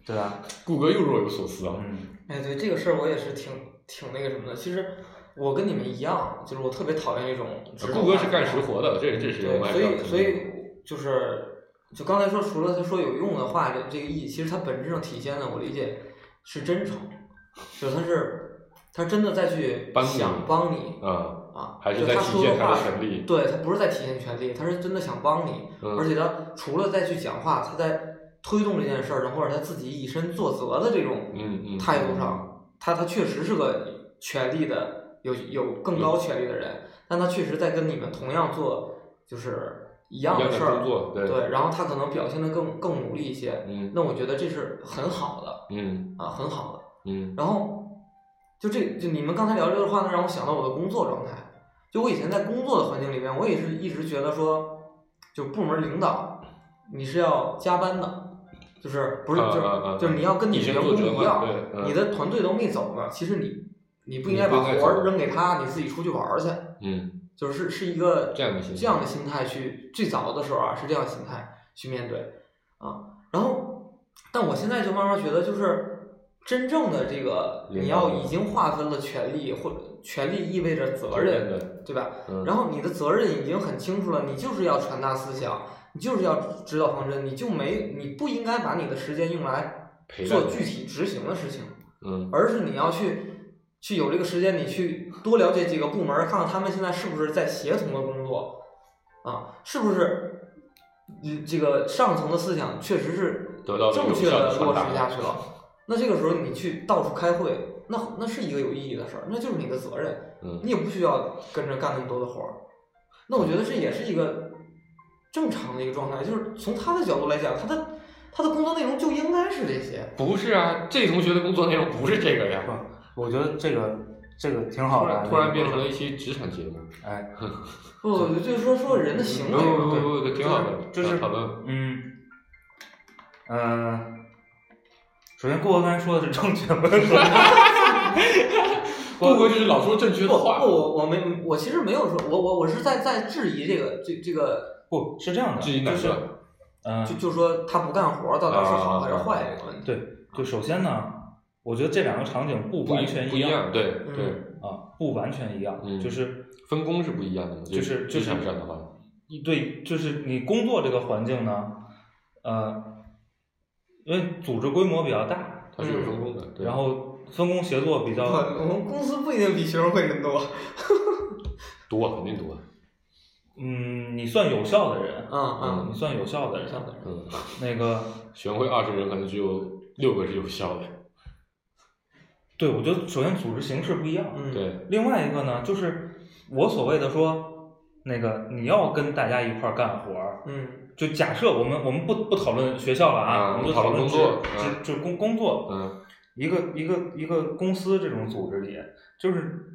[SPEAKER 3] 对吧？
[SPEAKER 4] 顾哥又若有所思啊。
[SPEAKER 3] 嗯
[SPEAKER 2] 哎，对这个事儿我也是挺挺那个什么的。其实我跟你们一样，就是我特别讨厌一种指手
[SPEAKER 4] 顾哥
[SPEAKER 2] 画
[SPEAKER 4] 是
[SPEAKER 2] 脚
[SPEAKER 4] 干实活的，这这是我
[SPEAKER 2] 对，
[SPEAKER 4] 们还
[SPEAKER 2] 所
[SPEAKER 4] 是要
[SPEAKER 2] 以
[SPEAKER 4] 肯
[SPEAKER 2] 所
[SPEAKER 4] 定
[SPEAKER 2] 以
[SPEAKER 4] 的
[SPEAKER 2] 就是就刚才说，除了他说有用的话这这个意义，其实它本质上体现的，我理解是真诚，就他是他真的再去
[SPEAKER 4] 帮你
[SPEAKER 2] 想帮你
[SPEAKER 4] 啊，
[SPEAKER 2] 啊，
[SPEAKER 4] 还是
[SPEAKER 2] 就
[SPEAKER 4] 在
[SPEAKER 2] 他
[SPEAKER 4] 体
[SPEAKER 2] 说
[SPEAKER 4] 现他
[SPEAKER 2] 话
[SPEAKER 4] 的权利。
[SPEAKER 2] 对他不是在体现权利，他是真的想帮你，
[SPEAKER 4] 嗯
[SPEAKER 2] 而且他除了再去讲话，他在推动这件事儿上，或者他自己以身作则的这种
[SPEAKER 4] 嗯嗯，
[SPEAKER 2] 态度上，他他确实是个权力的有有更高权力的人，但他确实在跟你们同样做就是一
[SPEAKER 4] 一
[SPEAKER 2] 样
[SPEAKER 4] 样
[SPEAKER 2] 的
[SPEAKER 4] 的
[SPEAKER 2] 事
[SPEAKER 4] 工
[SPEAKER 2] 儿，
[SPEAKER 4] 作，对，
[SPEAKER 2] 对，然后他可能表现的更更努力一些，
[SPEAKER 4] 嗯
[SPEAKER 2] 那我觉得这是很好的
[SPEAKER 4] 嗯
[SPEAKER 2] 啊，很好的。
[SPEAKER 4] 嗯
[SPEAKER 2] 然后就这就你们刚才聊这个话呢，让我想到我的工作状态。就我以前在工作的环境里面，我也是一直觉得说，就部门领导你是要加班的，就是不是
[SPEAKER 4] 啊
[SPEAKER 2] 就是、
[SPEAKER 4] 啊啊
[SPEAKER 2] 就是你要跟你
[SPEAKER 4] 以
[SPEAKER 2] 的
[SPEAKER 4] 身
[SPEAKER 2] 员工
[SPEAKER 4] 作则嘛
[SPEAKER 2] 一样
[SPEAKER 4] 对，嗯
[SPEAKER 2] 你的团队都没走呢，其实你你不应
[SPEAKER 4] 你
[SPEAKER 2] 该
[SPEAKER 4] 不
[SPEAKER 2] 把
[SPEAKER 4] 应该
[SPEAKER 2] 活儿
[SPEAKER 4] 走
[SPEAKER 2] 扔给他，你自己出去玩儿去，
[SPEAKER 4] 嗯，
[SPEAKER 2] 就是是一个
[SPEAKER 4] 这样的心态
[SPEAKER 2] 这样的心态去最早的时候啊是这样的心态去面对啊，然后但我现在就慢慢觉得就是真正的这个
[SPEAKER 4] 领
[SPEAKER 2] 你
[SPEAKER 4] 导
[SPEAKER 2] 要已经划分了权利或权利意味着责
[SPEAKER 4] 责任
[SPEAKER 2] 任，
[SPEAKER 4] 的，
[SPEAKER 2] 对吧？
[SPEAKER 4] 嗯，
[SPEAKER 2] 然后你的责任已经很清楚了，你就是要传达思想，你就是要指导方针，你就没你不应该把你的时间用来
[SPEAKER 4] 陪伴
[SPEAKER 2] 做
[SPEAKER 4] 的
[SPEAKER 2] 具体执行的事情。
[SPEAKER 4] 嗯
[SPEAKER 2] 而是你要去去有这个时间，你去多了解几个部门儿，看看他们现在是不是在协同的工作，啊，是不是嗯这个上层的思想确实是
[SPEAKER 4] 得到了
[SPEAKER 2] 正
[SPEAKER 4] 有
[SPEAKER 2] 确
[SPEAKER 4] 效的
[SPEAKER 2] 的落
[SPEAKER 4] 传达
[SPEAKER 2] 实下去了。那这个时候你去到处开会，那那是一个有意义的事儿，那就是你的责任。
[SPEAKER 4] 嗯
[SPEAKER 2] 你也不需要跟着干那么多的活儿。那我觉得这也是一个正常的一个状态，就是从他的角度来讲，他的他的工作内容就应该是这些。
[SPEAKER 4] 不是啊，这同学的工作内容不是这个呀。
[SPEAKER 3] 嗯我觉得这个这个挺好
[SPEAKER 4] 突
[SPEAKER 3] 的啊，
[SPEAKER 4] 然突然变成了一期职场节目，
[SPEAKER 3] 哎，
[SPEAKER 2] 不，我就是说说人的行
[SPEAKER 4] 不
[SPEAKER 2] 为
[SPEAKER 4] 不
[SPEAKER 2] 嘛。
[SPEAKER 4] 不不，挺好的，啊
[SPEAKER 3] 就是就是
[SPEAKER 4] 讨论。
[SPEAKER 3] 嗯，呃，首先顾哥刚才说的是正确，不是说
[SPEAKER 4] 顾哥就是老说正确的
[SPEAKER 2] 不
[SPEAKER 4] 话
[SPEAKER 2] 不，，我我没我其实没有说，我我我是在在质疑这个这这个，
[SPEAKER 3] (laughs) 不是这样的，
[SPEAKER 4] 质疑
[SPEAKER 3] 就
[SPEAKER 4] 哪
[SPEAKER 3] 是
[SPEAKER 4] 个？
[SPEAKER 3] 嗯
[SPEAKER 2] 就，就说他不干活到底是好还是坏这个问题。 (laughs)
[SPEAKER 3] 对，就首先呢，我觉得这两个场景不
[SPEAKER 4] 不
[SPEAKER 3] 完
[SPEAKER 4] 一
[SPEAKER 3] 全
[SPEAKER 4] 不一
[SPEAKER 3] 样
[SPEAKER 4] 样，对
[SPEAKER 2] 嗯
[SPEAKER 4] 对，
[SPEAKER 3] 啊，不完全一样，
[SPEAKER 4] 嗯
[SPEAKER 3] 就是
[SPEAKER 4] 分工是不一样的嘛，
[SPEAKER 3] 就是就
[SPEAKER 4] 职
[SPEAKER 3] 是
[SPEAKER 4] 场上的话，
[SPEAKER 3] 一对，就是你工作这个环境呢，呃，因为组织规模比较大，
[SPEAKER 4] 它是有分工的。
[SPEAKER 3] 嗯
[SPEAKER 4] 对
[SPEAKER 3] 然后分工协作比较
[SPEAKER 2] 我我们公司不一定比学生会人多。
[SPEAKER 4] 多啊肯定多，
[SPEAKER 3] 嗯，你算有效的人，
[SPEAKER 2] 嗯嗯，
[SPEAKER 3] 你算有效的人，
[SPEAKER 4] 嗯，
[SPEAKER 3] 那个，
[SPEAKER 4] 学会二十人可能只有六个是有效的，
[SPEAKER 3] 对我觉得首先组织形式不一样，
[SPEAKER 2] 嗯，
[SPEAKER 4] 对，
[SPEAKER 3] 另外一个呢，就是我所谓的说，那个你要跟大家一块儿干活儿，
[SPEAKER 2] 嗯
[SPEAKER 3] 就假设我们我们不不讨论学校了
[SPEAKER 4] 啊
[SPEAKER 3] 啊，我们就
[SPEAKER 4] 讨论
[SPEAKER 3] 论
[SPEAKER 4] 工
[SPEAKER 3] 职
[SPEAKER 4] 作啊
[SPEAKER 3] 职就工工作，
[SPEAKER 4] 嗯
[SPEAKER 3] 一个一个一个公司这种组织里，就是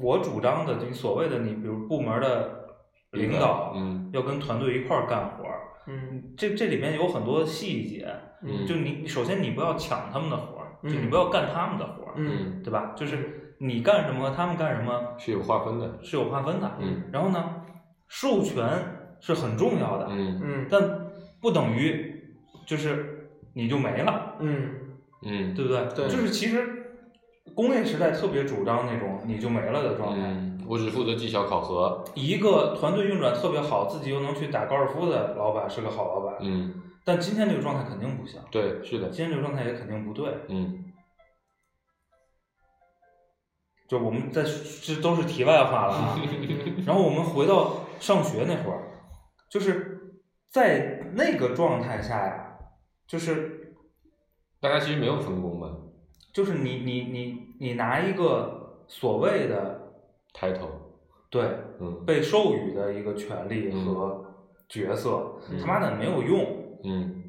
[SPEAKER 3] 我主张的，你所谓的你比如部门的领导，
[SPEAKER 4] 嗯
[SPEAKER 3] 要跟团队一块儿干活儿，
[SPEAKER 2] 嗯
[SPEAKER 3] 这这里面有很多细节，
[SPEAKER 2] 嗯
[SPEAKER 3] 就你首先你不要抢他们的活儿，就
[SPEAKER 2] 嗯
[SPEAKER 3] 你不要干他们的活儿，
[SPEAKER 2] 嗯
[SPEAKER 4] 嗯，
[SPEAKER 3] 对吧？就是你干什么和他们干什么
[SPEAKER 4] 是有划分的，
[SPEAKER 3] 是有划分的。
[SPEAKER 4] 嗯
[SPEAKER 3] 然后呢，授权是很重要的，
[SPEAKER 4] 嗯
[SPEAKER 2] 嗯
[SPEAKER 3] 但不等于就是你就没了，
[SPEAKER 2] 嗯
[SPEAKER 4] 嗯
[SPEAKER 3] 对不对？
[SPEAKER 2] 对
[SPEAKER 3] 就是其实工业时代特别主张那种你就没了的状态。
[SPEAKER 4] 嗯，我只负责绩效考核，
[SPEAKER 3] 一个团队运转特别好，自己又能去打高尔夫的老板是个好老板，
[SPEAKER 4] 嗯，
[SPEAKER 3] 但今天这个状态肯定不行，
[SPEAKER 4] 对，是的，
[SPEAKER 3] 今天这个状态也肯定不对。
[SPEAKER 4] 嗯
[SPEAKER 3] 就我们在这都是题外话了
[SPEAKER 2] (laughs)
[SPEAKER 3] 啊。
[SPEAKER 2] 嗯
[SPEAKER 3] 然后我们回到上学那会儿，就是在那个状态下呀，就是
[SPEAKER 4] 大家其实没有分工嘛，
[SPEAKER 3] 就是你你你你拿一个所谓的
[SPEAKER 4] 抬头，
[SPEAKER 3] 对
[SPEAKER 4] 嗯
[SPEAKER 3] 被授予的一个权利和角色，
[SPEAKER 4] 嗯
[SPEAKER 3] 他妈的没有用，
[SPEAKER 4] 嗯，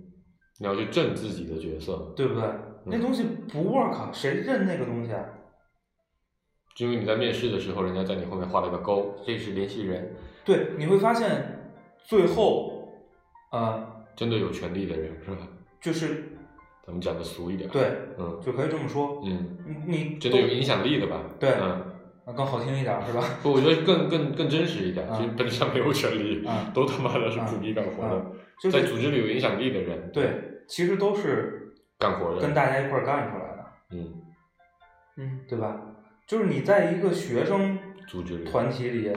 [SPEAKER 4] 你要去挣自己的角色，
[SPEAKER 3] 对不对？
[SPEAKER 4] 嗯
[SPEAKER 3] 那东西不 work，谁认那个东西啊？
[SPEAKER 4] 就因为你在面试的时候，人家在你后面画了个勾，这是联系人，
[SPEAKER 3] 对，你会发现最后，呃，
[SPEAKER 4] 真的有权利的人是吧？
[SPEAKER 3] 就是
[SPEAKER 4] 咱们讲的俗一点，，
[SPEAKER 3] 对，
[SPEAKER 4] 嗯
[SPEAKER 3] 就可以这么说，
[SPEAKER 4] 嗯，
[SPEAKER 3] 你
[SPEAKER 4] 真的有
[SPEAKER 3] 都
[SPEAKER 4] 影响力的吧？
[SPEAKER 3] 对
[SPEAKER 4] 嗯，
[SPEAKER 3] 啊更好听一点是
[SPEAKER 4] (laughs)
[SPEAKER 3] 吧？
[SPEAKER 4] 不，我觉得更更更真实一点，
[SPEAKER 3] 啊
[SPEAKER 4] 其实本质上没有权利，
[SPEAKER 3] 啊
[SPEAKER 4] 都他妈的是苦逼干活
[SPEAKER 3] 啊
[SPEAKER 4] 的，
[SPEAKER 3] 就
[SPEAKER 4] 在组
[SPEAKER 3] 是
[SPEAKER 4] 织里有影响力的人，，
[SPEAKER 3] 对，其实都是
[SPEAKER 4] 干活的，
[SPEAKER 3] 跟大家一块儿干出来的，
[SPEAKER 4] 嗯，
[SPEAKER 2] 嗯，
[SPEAKER 3] 对吧？就是你在一个学生
[SPEAKER 4] 组织里，
[SPEAKER 3] 团体里，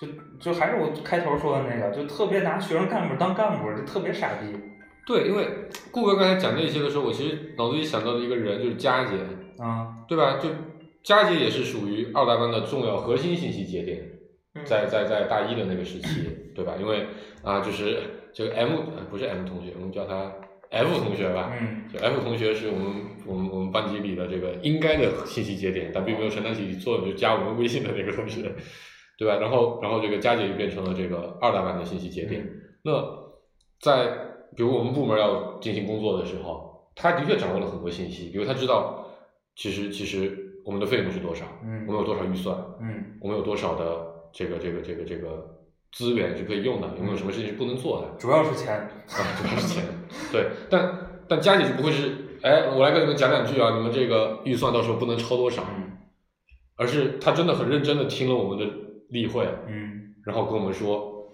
[SPEAKER 3] 就就还是我开头说的那个，就特别拿学生干部当干部，就特别傻逼
[SPEAKER 4] 对，因为顾哥刚才讲这些的时候，我其实脑子里想到的一个人就是佳姐，
[SPEAKER 3] 啊！
[SPEAKER 4] 对吧？就佳节也是属于二代班的重要核心信息节点，
[SPEAKER 2] 嗯 (laughs)
[SPEAKER 4] 在在在大一的那个时期，对吧？因为啊，就是这个 M 呃不是 M 同学，我们叫他 F 同学吧。
[SPEAKER 3] 嗯，
[SPEAKER 4] 就 F 同学是我们我们我们班级里的这个应该的信息节点，但并没有承担起作用，就加我们微信的那个同学，对吧？然后然后这个佳姐就变成了这个二代班的信息节点。那在比如我们部门要进行工作的时候，他的确掌握了很多信息，比如他知道，其实其实我们的费用是多少，
[SPEAKER 3] 嗯
[SPEAKER 4] 我们有多少预算，
[SPEAKER 3] 嗯
[SPEAKER 4] 我们有多少的这个这个这个这个资源是可以用的，有没有什么事情是不能做的
[SPEAKER 3] 主要是钱，
[SPEAKER 4] 啊？主要是钱。对，但但佳姐就不会是，哎，我来跟你们讲两句啊，你们这个预算到时候不能超多少，
[SPEAKER 3] 嗯
[SPEAKER 4] 而是他真的很认真的听了我们的例会，
[SPEAKER 3] 嗯
[SPEAKER 4] 然后跟我们说，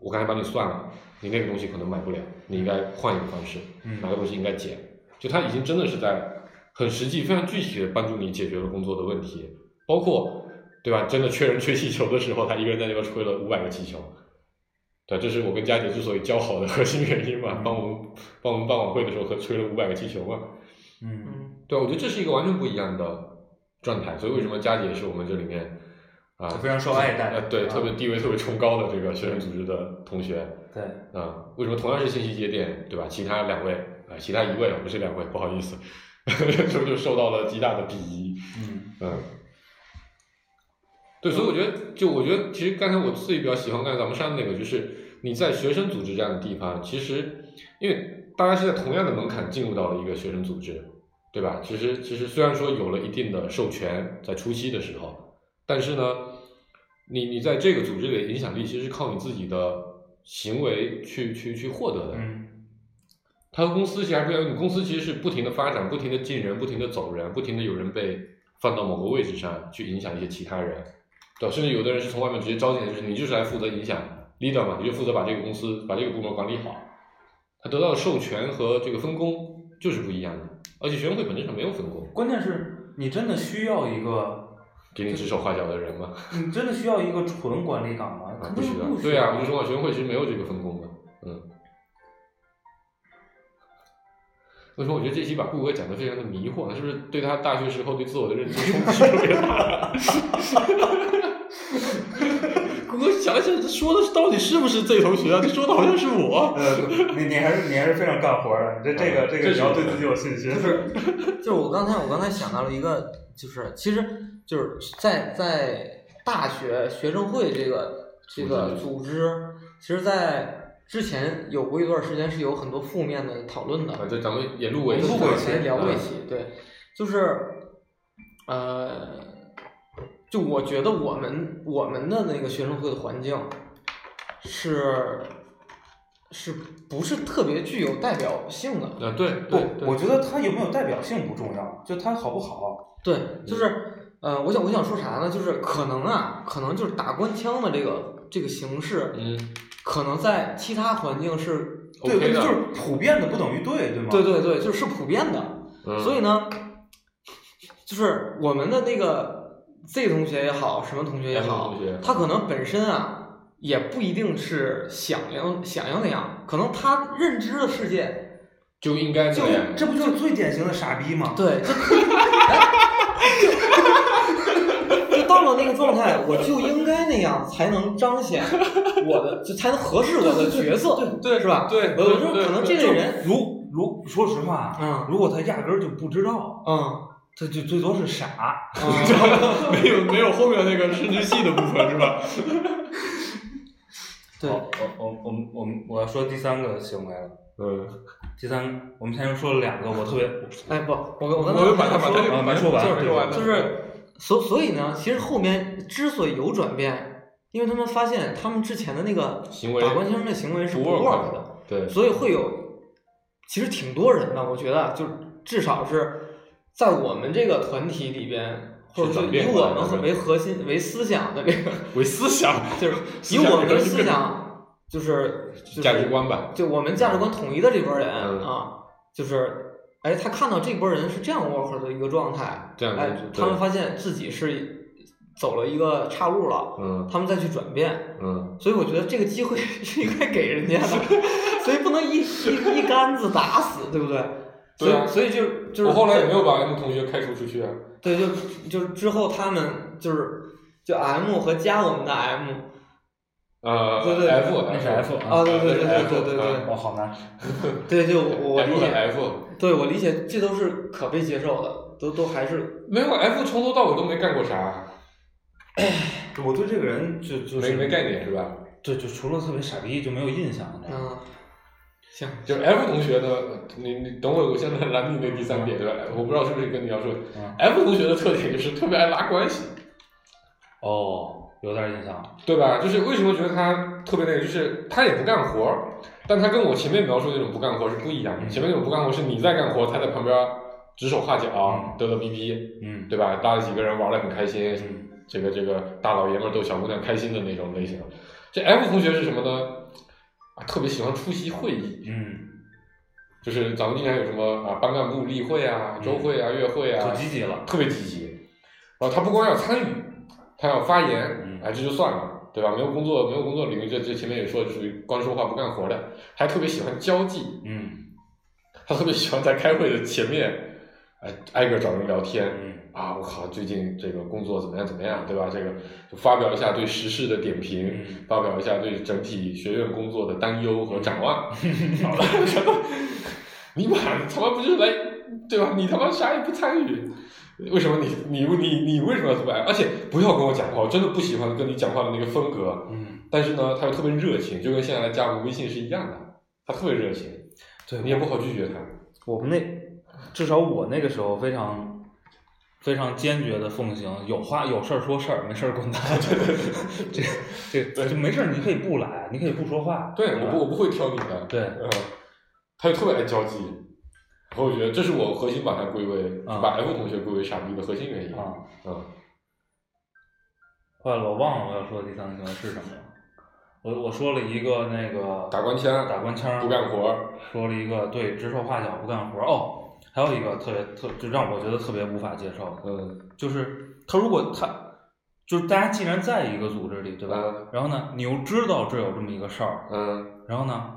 [SPEAKER 4] 我刚才帮你算了，你那个东西可能买不了，你应该换一个方式，
[SPEAKER 3] 嗯
[SPEAKER 4] 哪个东西应该减，就他已经真的是在很实际、非常具体的帮助你解决了工作的问题，包括对吧？真的缺人缺气球的时候，他一个人在那边吹了五百个气球，对，这是我跟佳姐之所以交好的核心原因嘛，
[SPEAKER 3] 嗯
[SPEAKER 4] 帮我们帮我们办晚会的时候和吹了五百个气球嘛，
[SPEAKER 3] 嗯
[SPEAKER 2] 嗯，
[SPEAKER 4] 对，我觉得这是一个完全不一样的状态，所以为什么佳姐是我们这里面啊
[SPEAKER 3] 非常受爱戴
[SPEAKER 4] 呃，对，
[SPEAKER 3] 啊
[SPEAKER 4] 特别地位特别崇高的这个学生组织的同学
[SPEAKER 3] 对，
[SPEAKER 4] 啊、为什么同样是信息节点，对吧？其他两位啊、其他一位不是两位，不好意思， (laughs) 就就受到了极大的鄙夷，
[SPEAKER 3] 嗯
[SPEAKER 4] 嗯。对，所以我觉得，就我觉得，其实刚才我自己比较喜欢刚才咱们上的那个，就是你在学生组织这样的地方，其实因为大家是在同样的门槛进入到了一个学生组织，对吧？其实其实虽然说有了一定的授权，在初期的时候，但是呢，你你在这个组织里的影响力，其实是靠你自己的行为去去去获得的。
[SPEAKER 3] 嗯
[SPEAKER 4] 它和公司其实还不一样，你公司其实是不停的发展，不停的进人，不停的走人，不停的有人被放到某个位置上去影响一些其他人，对吧？甚至有的人是从外面直接招进来，就是你就是来负责影响 leader 嘛，你就负责把这个公司把这个部门管理好。他得到的授权和这个分工就是不一样的，而且学生会本质上没有分工，
[SPEAKER 3] 关键是你真的需要一个，
[SPEAKER 4] 给你指手画脚的人嘛，
[SPEAKER 3] 你真的需要一个纯管理岗吗？
[SPEAKER 4] 啊
[SPEAKER 3] 肯
[SPEAKER 4] 不
[SPEAKER 3] 定
[SPEAKER 4] 需
[SPEAKER 3] 是
[SPEAKER 4] 要。
[SPEAKER 3] 不
[SPEAKER 4] 对
[SPEAKER 3] 需
[SPEAKER 4] 啊，我
[SPEAKER 3] 要
[SPEAKER 4] 就。说嘛，学生会其实没有这个分工的，嗯。所以说，我觉得这期把顾哥讲的非常的迷惑，是不是对他大学时候对自我的认知冲击特别大？ (laughs) 顾哥想想，这说的到底是不是这同学啊？这说的好像是我。
[SPEAKER 3] 呃，你你还是你还是非常干活的，这这个这个
[SPEAKER 4] 这
[SPEAKER 3] 你
[SPEAKER 4] 是
[SPEAKER 3] 要对自己有信心
[SPEAKER 2] 就。是就是我刚才我刚才想到了一个，就是其实就是在在大学学生会这个这个组织，其实，在之前有过一段时间是有很多负面的讨论的，
[SPEAKER 4] 啊，这咱们也录过一期，
[SPEAKER 2] 不
[SPEAKER 3] 过
[SPEAKER 2] 轨
[SPEAKER 3] 一期
[SPEAKER 2] 前聊过一
[SPEAKER 4] 嗯
[SPEAKER 2] 期，对，就是，呃，就我觉得我们我们的那个学生会的环境是是不是特别具有代表性的？
[SPEAKER 4] 啊，对
[SPEAKER 3] 不
[SPEAKER 4] 对，对，
[SPEAKER 3] 我觉得他有没有代表性不重要，就他好不好。
[SPEAKER 2] 对，就是，呃，我想我想说啥呢？就是可能啊，可能就是打官腔的这个这个形式，
[SPEAKER 4] 嗯
[SPEAKER 2] 可能在其他环境是，
[SPEAKER 3] 对，
[SPEAKER 4] ，OK 的，
[SPEAKER 3] 就是普遍的不等于对，对吗？
[SPEAKER 2] 对对对，就是普遍的。
[SPEAKER 4] 嗯
[SPEAKER 2] 所以呢，就是我们的那个 Z 同学也好，什么同学也
[SPEAKER 4] M
[SPEAKER 2] 好
[SPEAKER 4] 嗯同学，
[SPEAKER 2] 他可能本身啊也不一定是想要想要那样，可能他认知的世
[SPEAKER 4] (laughs)
[SPEAKER 2] 界，
[SPEAKER 4] 就应该这样。
[SPEAKER 3] 这不就是最典型的傻逼吗？
[SPEAKER 2] 对，就就就到了那个状态，我就应该那样才能彰显我的，就才能合适我的角色，对是吧？
[SPEAKER 4] 对
[SPEAKER 2] 我
[SPEAKER 4] 对
[SPEAKER 2] 我说
[SPEAKER 4] 对
[SPEAKER 2] 可能
[SPEAKER 4] 对
[SPEAKER 2] 这类人，
[SPEAKER 3] 如如说实话啊，
[SPEAKER 2] 嗯
[SPEAKER 3] 如果他压根儿就不知道，
[SPEAKER 2] 嗯，
[SPEAKER 3] 这就最多是傻，
[SPEAKER 4] (laughs) 没有没有后面那个生殖器的部分是吧？
[SPEAKER 2] 对，
[SPEAKER 3] 好我我我们我们我要说第三个行为了。
[SPEAKER 4] 嗯，
[SPEAKER 3] 第三，我们前面说了两个，我特别
[SPEAKER 2] 哎不，我我刚才
[SPEAKER 4] 我又把它把
[SPEAKER 2] 说
[SPEAKER 4] 它
[SPEAKER 3] 啊没说
[SPEAKER 4] 说
[SPEAKER 3] 完
[SPEAKER 4] 就是说完了，
[SPEAKER 2] 就是所所以呢，其实后面之所以有转变，因为他们发现他们之前的那个
[SPEAKER 4] 行为
[SPEAKER 2] 打官腔的行为是
[SPEAKER 4] 不
[SPEAKER 2] work
[SPEAKER 4] work
[SPEAKER 2] 的，
[SPEAKER 4] (laughs) 对，
[SPEAKER 2] 所以会有其实挺多人的，我觉得啊就是至少是在我们这个团体里边。或者
[SPEAKER 4] 是
[SPEAKER 2] 说
[SPEAKER 4] 转
[SPEAKER 2] 以
[SPEAKER 4] 变过来
[SPEAKER 2] 我
[SPEAKER 4] 的
[SPEAKER 2] 们
[SPEAKER 4] 人
[SPEAKER 2] 为核心、为思想的这个，
[SPEAKER 4] 为思想
[SPEAKER 2] 就是以
[SPEAKER 4] 思想
[SPEAKER 2] 我们的
[SPEAKER 4] 是
[SPEAKER 2] 思
[SPEAKER 4] 更
[SPEAKER 2] 想，就是就是
[SPEAKER 4] 价值观吧，
[SPEAKER 2] 就我们价值观统一的这波人、
[SPEAKER 4] 嗯
[SPEAKER 2] 啊，就是哎，他看到这波人是这样 work 的一个状态，
[SPEAKER 4] 这样
[SPEAKER 2] 哎
[SPEAKER 4] 就，对
[SPEAKER 2] 他们发现自己是走了一个岔路了，
[SPEAKER 4] 嗯
[SPEAKER 2] 他们再去转变，
[SPEAKER 4] 嗯，
[SPEAKER 2] 所以我觉得这个机会 (laughs) 是应该给人家的，所以不能一一一竿子打死，对不对？所以
[SPEAKER 4] 对啊
[SPEAKER 2] 所以就就是
[SPEAKER 4] 我后来也没有把 M 同学开除出去啊，
[SPEAKER 2] 对，就就是之后他们就是就 M 和加我们的 M
[SPEAKER 4] 啊呃，
[SPEAKER 2] 对对对
[SPEAKER 4] F
[SPEAKER 3] 那是 F
[SPEAKER 2] 啊，对对对对
[SPEAKER 4] F，
[SPEAKER 2] 对对对
[SPEAKER 4] 啊
[SPEAKER 3] 我哦好难。
[SPEAKER 2] 对，就我我理
[SPEAKER 4] F 和
[SPEAKER 2] 解，
[SPEAKER 4] F
[SPEAKER 2] 对我理解，这都是可被接受的，都都还是
[SPEAKER 4] 没有啊 F 从头到尾都没干过啥，
[SPEAKER 3] 我对这个人就就
[SPEAKER 4] 没
[SPEAKER 3] 是
[SPEAKER 4] 没概念是吧？
[SPEAKER 3] 对，就除了特别傻逼就没有印象。你知道吗
[SPEAKER 2] 嗯，行，
[SPEAKER 4] 就是 F 同学呢，你你等会儿，我先来拦你那第三点，对吧？我不知道是不是跟你要说
[SPEAKER 3] 嗯
[SPEAKER 4] ，F 同学的特点就是特别爱拉关系，
[SPEAKER 3] 哦，有点印象。
[SPEAKER 4] 对吧？就是为什么觉得他特别那个，就是他也不干活儿，但他跟我前面描述的那种不干活儿是不一样的。
[SPEAKER 3] 嗯
[SPEAKER 4] 前面那种不干活儿是你在干活儿，他在旁边指手画脚
[SPEAKER 3] 嗯，
[SPEAKER 4] 嘚嘚逼逼，
[SPEAKER 3] 嗯，
[SPEAKER 4] 对吧？搭了几个人玩的很开心，
[SPEAKER 3] 嗯
[SPEAKER 4] 这个这个大老爷们儿逗小姑娘开心的那种类型。这 F 同学是什么呢？啊，特别喜欢出席会议，
[SPEAKER 3] 嗯，
[SPEAKER 4] 就是咱们经常有什么啊班干部例会啊、
[SPEAKER 3] 嗯
[SPEAKER 4] 周会啊、月会啊，
[SPEAKER 3] 可积极了。
[SPEAKER 4] 特别积极。然后他不光要参与，他要发言
[SPEAKER 3] 嗯，
[SPEAKER 4] 哎，这就算了，对吧？没有工作，没有工作领域，这这前面也说，就属于光说话不干活的，还特别喜欢交际，
[SPEAKER 3] 嗯
[SPEAKER 4] 他特别喜欢在开会的前面，哎，挨个找人聊天。
[SPEAKER 3] 嗯
[SPEAKER 4] 啊，我靠，最近这个工作怎么样怎么样，对吧？这个就发表一下对时事的点评，
[SPEAKER 3] 嗯
[SPEAKER 4] 发表一下对整体学院工作的担忧和展望。 (laughs) 好了，你妈他妈不是来对吧？你他妈啥也不参与，为什么你你你你为什么要这么爱？而且不要跟我讲话，我真的不喜欢跟你讲话的那个风格。
[SPEAKER 3] 嗯，
[SPEAKER 4] 但是呢，他又特别热情，就跟现在来加我们微信是一样的，他特别热情，
[SPEAKER 3] 对
[SPEAKER 4] 你也不好拒绝他。
[SPEAKER 3] 我们那至少我那个时候非常非常坚决的奉行，有话有事儿说事儿，没事儿滚蛋。 (laughs) 这这就没事儿，你可以不来，你可以不说话。
[SPEAKER 4] 对，我
[SPEAKER 3] 吧
[SPEAKER 4] 不我不会挑你的。
[SPEAKER 3] 对，
[SPEAKER 4] 嗯，他就特别爱交际，然后我觉得这是我核心把他归为，就把 F 同学归为傻逼的核心原因。
[SPEAKER 3] 啊，
[SPEAKER 4] 嗯，
[SPEAKER 3] 坏了，我忘了我要说的第三个行为是什么了。我我说了一个那个
[SPEAKER 4] 打官腔，
[SPEAKER 3] 打官腔，
[SPEAKER 4] 不干活儿，
[SPEAKER 3] 说了一个对指手画脚不干活儿哦，还有一个特别特就让我觉得特别无法接受的，
[SPEAKER 4] 嗯，
[SPEAKER 3] 就是他如果他就是大家既然在一个组织里，对吧？
[SPEAKER 4] 嗯
[SPEAKER 3] 然后呢，你又知道这有这么一个事儿，
[SPEAKER 4] 嗯，
[SPEAKER 3] 然后呢，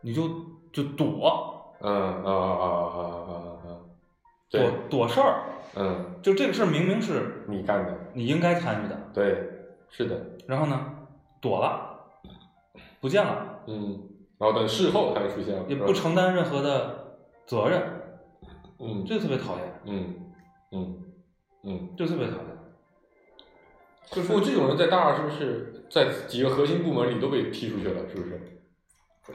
[SPEAKER 3] 你就就躲
[SPEAKER 4] 嗯，啊啊啊啊啊啊，
[SPEAKER 3] 躲
[SPEAKER 4] 对，
[SPEAKER 3] 躲事儿，
[SPEAKER 4] 嗯，
[SPEAKER 3] 就这个事儿明明是
[SPEAKER 4] 你干的，
[SPEAKER 3] 你应该参与的，
[SPEAKER 4] 对，是的，
[SPEAKER 3] 然后呢，躲了，不见了，
[SPEAKER 4] 嗯，然后等事后才出现，
[SPEAKER 3] 也
[SPEAKER 4] 是吧
[SPEAKER 3] 不承担任何的责任，
[SPEAKER 4] 嗯
[SPEAKER 3] 这特别讨厌，
[SPEAKER 4] 嗯嗯嗯，
[SPEAKER 3] 这特别讨厌。
[SPEAKER 4] 就说这种人在大二是不是在几个核心部门里都被踢出去了？是不是？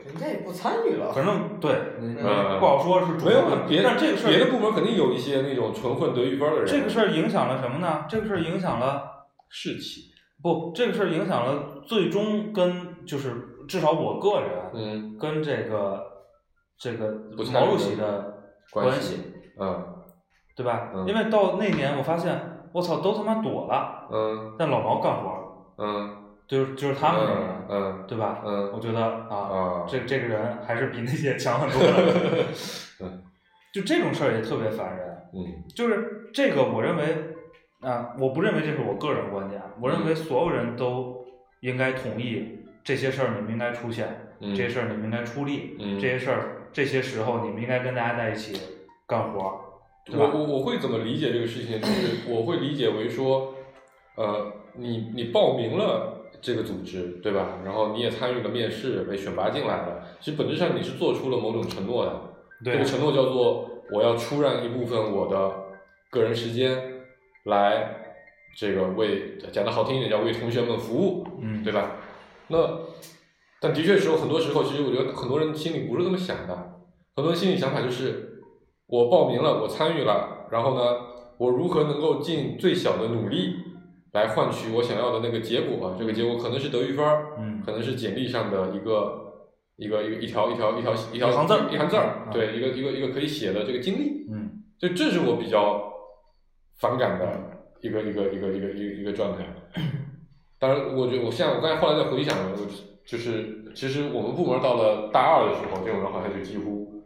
[SPEAKER 2] 人家也不参与了。
[SPEAKER 3] 反正对，你
[SPEAKER 4] 嗯
[SPEAKER 3] 不好说是主
[SPEAKER 4] 没有啊
[SPEAKER 3] 观，
[SPEAKER 4] 别
[SPEAKER 3] 但
[SPEAKER 4] 的
[SPEAKER 3] 这个事
[SPEAKER 4] 别的
[SPEAKER 3] 儿，
[SPEAKER 4] 部门肯定有一些那种纯混得一分儿的人，啊
[SPEAKER 3] 这个事儿影响了什么呢？这个事儿影响了
[SPEAKER 4] 士气，
[SPEAKER 3] 不？这个事儿影响了最终跟就是至少我个人
[SPEAKER 4] 嗯
[SPEAKER 3] 跟这个这个
[SPEAKER 4] 不参与
[SPEAKER 3] 毛主席的
[SPEAKER 4] 关系
[SPEAKER 3] 系，
[SPEAKER 4] 嗯
[SPEAKER 3] 对吧？
[SPEAKER 4] 嗯
[SPEAKER 3] 因为到那年我发现，我操，都他妈躲了，
[SPEAKER 4] 嗯
[SPEAKER 3] 但老毛干活儿，
[SPEAKER 4] 嗯，
[SPEAKER 3] 就是就是他们那个人，
[SPEAKER 4] 嗯
[SPEAKER 3] 对吧？
[SPEAKER 4] 嗯
[SPEAKER 3] 我觉得啊，
[SPEAKER 4] 啊，。
[SPEAKER 3] 这这个人还是比那些强很多的
[SPEAKER 4] (laughs) 嗯，
[SPEAKER 3] 就这种事儿也特别烦人。
[SPEAKER 4] 嗯
[SPEAKER 3] 就是这个，我认为啊，我不认为这是我个人观点，我认为所有人都应该同意这些事儿，你们应该出现，
[SPEAKER 4] 嗯
[SPEAKER 3] 这些事儿你们应该出力，
[SPEAKER 4] 嗯
[SPEAKER 3] 这些事儿这些时候你们应该跟大家在一起干活儿，对
[SPEAKER 4] 我
[SPEAKER 3] 吧？
[SPEAKER 4] 我我会怎么理解这个事情？就是 (coughs) 我会理解为说，呃，你你报名了这个组织，对吧？然后你也参与了面试，被选拔进来了。其实本质上你是做出了某种承诺的，
[SPEAKER 3] 对啊
[SPEAKER 4] 这个承诺叫做我要出让一部分我的个人时间来这个为讲的好听一点叫为同学们服务，
[SPEAKER 3] 嗯，
[SPEAKER 4] 对吧？那但的确时候，很多时候其实我觉得很多人心里不是这么想的，很多人心里想法就是我报名了，我参与了，然后呢，我如何能够尽最小的努力来换取我想要的那个结果啊？这个结果可能是德育分儿，
[SPEAKER 3] 嗯
[SPEAKER 4] 可能是简历上的一个一个一个一条一条一条一条
[SPEAKER 3] 一行字儿
[SPEAKER 4] 一行字儿
[SPEAKER 3] 嗯，
[SPEAKER 4] 对，一个一个一个可以写的这个经历，
[SPEAKER 3] 嗯
[SPEAKER 4] 就这是我比较反感的一个一个一个一个一个一个状态。 (clears throat) 当然，我觉得我现在我刚才后来再回想，我就是其实我们部门到了大二的时候，这种人好像就几乎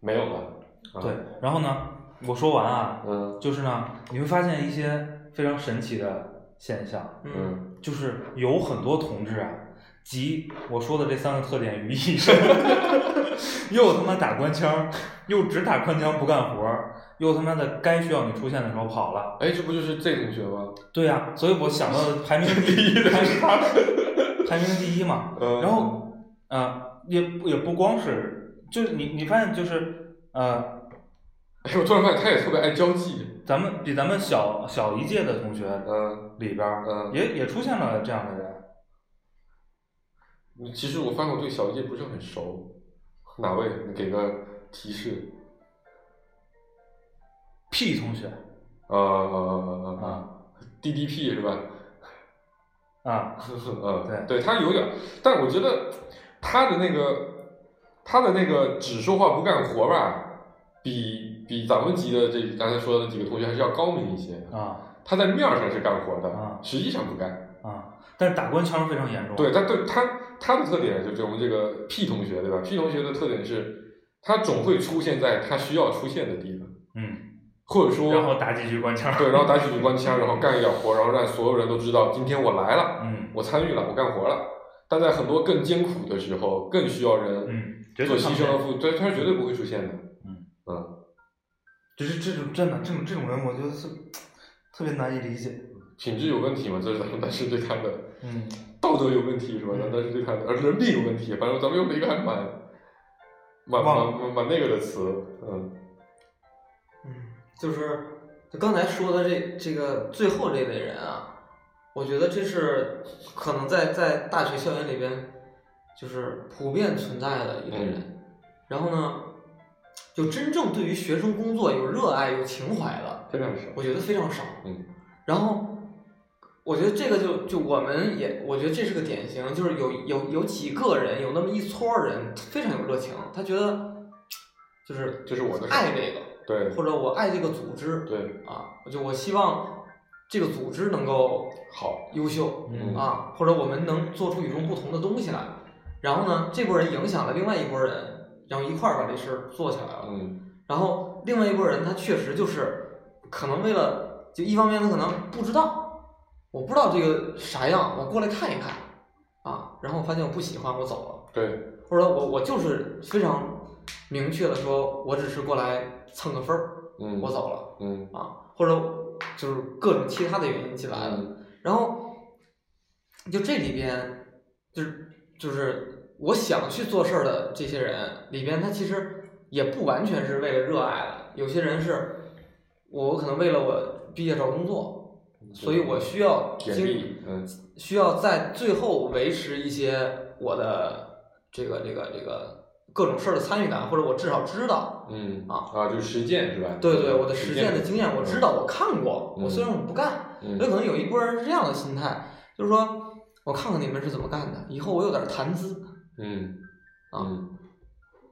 [SPEAKER 4] 没有了。啊
[SPEAKER 3] 对，，然后呢，我说完啊，
[SPEAKER 4] 嗯
[SPEAKER 3] 就是呢，你会发现一些非常神奇的现象，
[SPEAKER 2] 嗯，
[SPEAKER 4] 嗯，
[SPEAKER 3] 就是有很多同志啊，集我说的这三个特点于一身， (laughs) 又他妈打官腔，又只打官腔不干活儿，又他妈的该需要你出现的时候跑了。
[SPEAKER 4] 哎，这不就是 Z 同学吗？
[SPEAKER 3] 对呀、所以我想到的排名第一，排名排名第一嘛。
[SPEAKER 4] 嗯，
[SPEAKER 3] 然后，呃，也也不光是，就是你你发现就是，呃，
[SPEAKER 4] 哎，我突然发现他也特别爱交际。
[SPEAKER 3] 咱们比咱们小小一届的同学
[SPEAKER 4] 嗯
[SPEAKER 3] 里边儿，
[SPEAKER 4] 嗯，
[SPEAKER 3] 也也出现了这样的人。
[SPEAKER 4] 其实我发现我对小叶不是很熟，哪位？你给个提示。
[SPEAKER 3] P 同学
[SPEAKER 4] 啊啊啊啊
[SPEAKER 3] 啊
[SPEAKER 4] ！DDP 是吧？
[SPEAKER 3] 啊，
[SPEAKER 4] 嗯，对，他有点儿，但我觉得他的那个他的那个只说话不干活吧，比比咱们级的这刚才说的那几个同学还是要高明一些。
[SPEAKER 3] 啊
[SPEAKER 4] 他在面儿上是干活
[SPEAKER 3] 啊
[SPEAKER 4] 的，实际上不干。
[SPEAKER 3] 啊！但是打官腔非常严重。
[SPEAKER 4] 对，他对他他的特点就是我们这个 P 同学对吧？P 同学的特点是，他总会出现在他需要出现的地方，
[SPEAKER 3] 嗯，
[SPEAKER 4] 或者说
[SPEAKER 3] 然后打几句官腔。
[SPEAKER 4] 对，然后打几句官腔，然后干一点活，然后让所有人都知道今天我来了，
[SPEAKER 3] 嗯
[SPEAKER 4] 我参与了，我干活了。但在很多更艰苦的时候，更需要人
[SPEAKER 3] 嗯，绝
[SPEAKER 4] 做
[SPEAKER 3] 对
[SPEAKER 4] 牺
[SPEAKER 3] 上
[SPEAKER 4] 牲和
[SPEAKER 3] 线。
[SPEAKER 4] 付，对，他是绝对不会出现的。
[SPEAKER 3] 就是这种真的这种这种人，我觉得是特别难以理解。
[SPEAKER 4] 品质有问题嘛，这是咱们当时对他的
[SPEAKER 3] 嗯。
[SPEAKER 4] 道德有问题是吧？咱当时对他的，而呃人品有问题，反正咱们用了一个还蛮蛮
[SPEAKER 3] 忘
[SPEAKER 4] 蛮蛮蛮那个的词，嗯
[SPEAKER 2] 嗯，就是就刚才说的这这个最后这类人啊，我觉得这是可能在在大学校园里边就是普遍存在的一类人。
[SPEAKER 4] 嗯
[SPEAKER 2] 然后呢，就真正对于学生工作有热爱、有情怀的，
[SPEAKER 4] 非常少。
[SPEAKER 2] 我觉得非常少。
[SPEAKER 4] 嗯，
[SPEAKER 2] 然后我觉得这个就就我们也，我觉得这是个典型，就是有有有几个人，有那么一撮儿人非常有热情，他觉得就是
[SPEAKER 4] 这是我的事
[SPEAKER 2] 爱这个，
[SPEAKER 4] 对
[SPEAKER 2] 或者我爱这个组织，
[SPEAKER 4] 对，
[SPEAKER 2] 啊，就我希望这个组织能够
[SPEAKER 4] 好，
[SPEAKER 2] 优秀
[SPEAKER 4] 嗯
[SPEAKER 2] 啊，或者我们能做出与众不同的东西来。然后呢，这波人影响了另外一波人，然后一块儿把这事儿做起来了。
[SPEAKER 4] 嗯
[SPEAKER 2] 然后另外一波人，他确实就是可能为了，就一方面他可能不知道，我不知道这个啥样，我过来看一看啊，然后我发现我不喜欢，我走了。
[SPEAKER 4] 对，
[SPEAKER 2] 或者我我就是非常明确的说，我只是过来蹭个分儿，
[SPEAKER 4] 嗯
[SPEAKER 2] 我走了。
[SPEAKER 4] 嗯
[SPEAKER 2] 啊，或者就是各种其他的原因进来的。
[SPEAKER 4] 嗯
[SPEAKER 2] 然后就这里边，就是就是我想去做事儿的这些人里边，他其实也不完全是为了热爱的，有些人是我可能为了我毕业找工作，所以我需要
[SPEAKER 4] 嗯简
[SPEAKER 2] 经
[SPEAKER 4] 历，嗯
[SPEAKER 2] 需要在最后维持一些我的这个这个这个各种事儿的参与感，或者我至少知道。
[SPEAKER 4] 嗯
[SPEAKER 2] 啊
[SPEAKER 4] 啊，就是实践是吧？
[SPEAKER 2] 对对，我的实践的经验，我知道，
[SPEAKER 4] 嗯
[SPEAKER 2] 我看过，我虽然我不干，
[SPEAKER 4] 嗯
[SPEAKER 2] 所以可能有一波人是这样的心态，就是说我看看你们是怎么干的，以后我有点谈资，
[SPEAKER 4] 嗯
[SPEAKER 2] 啊
[SPEAKER 4] 嗯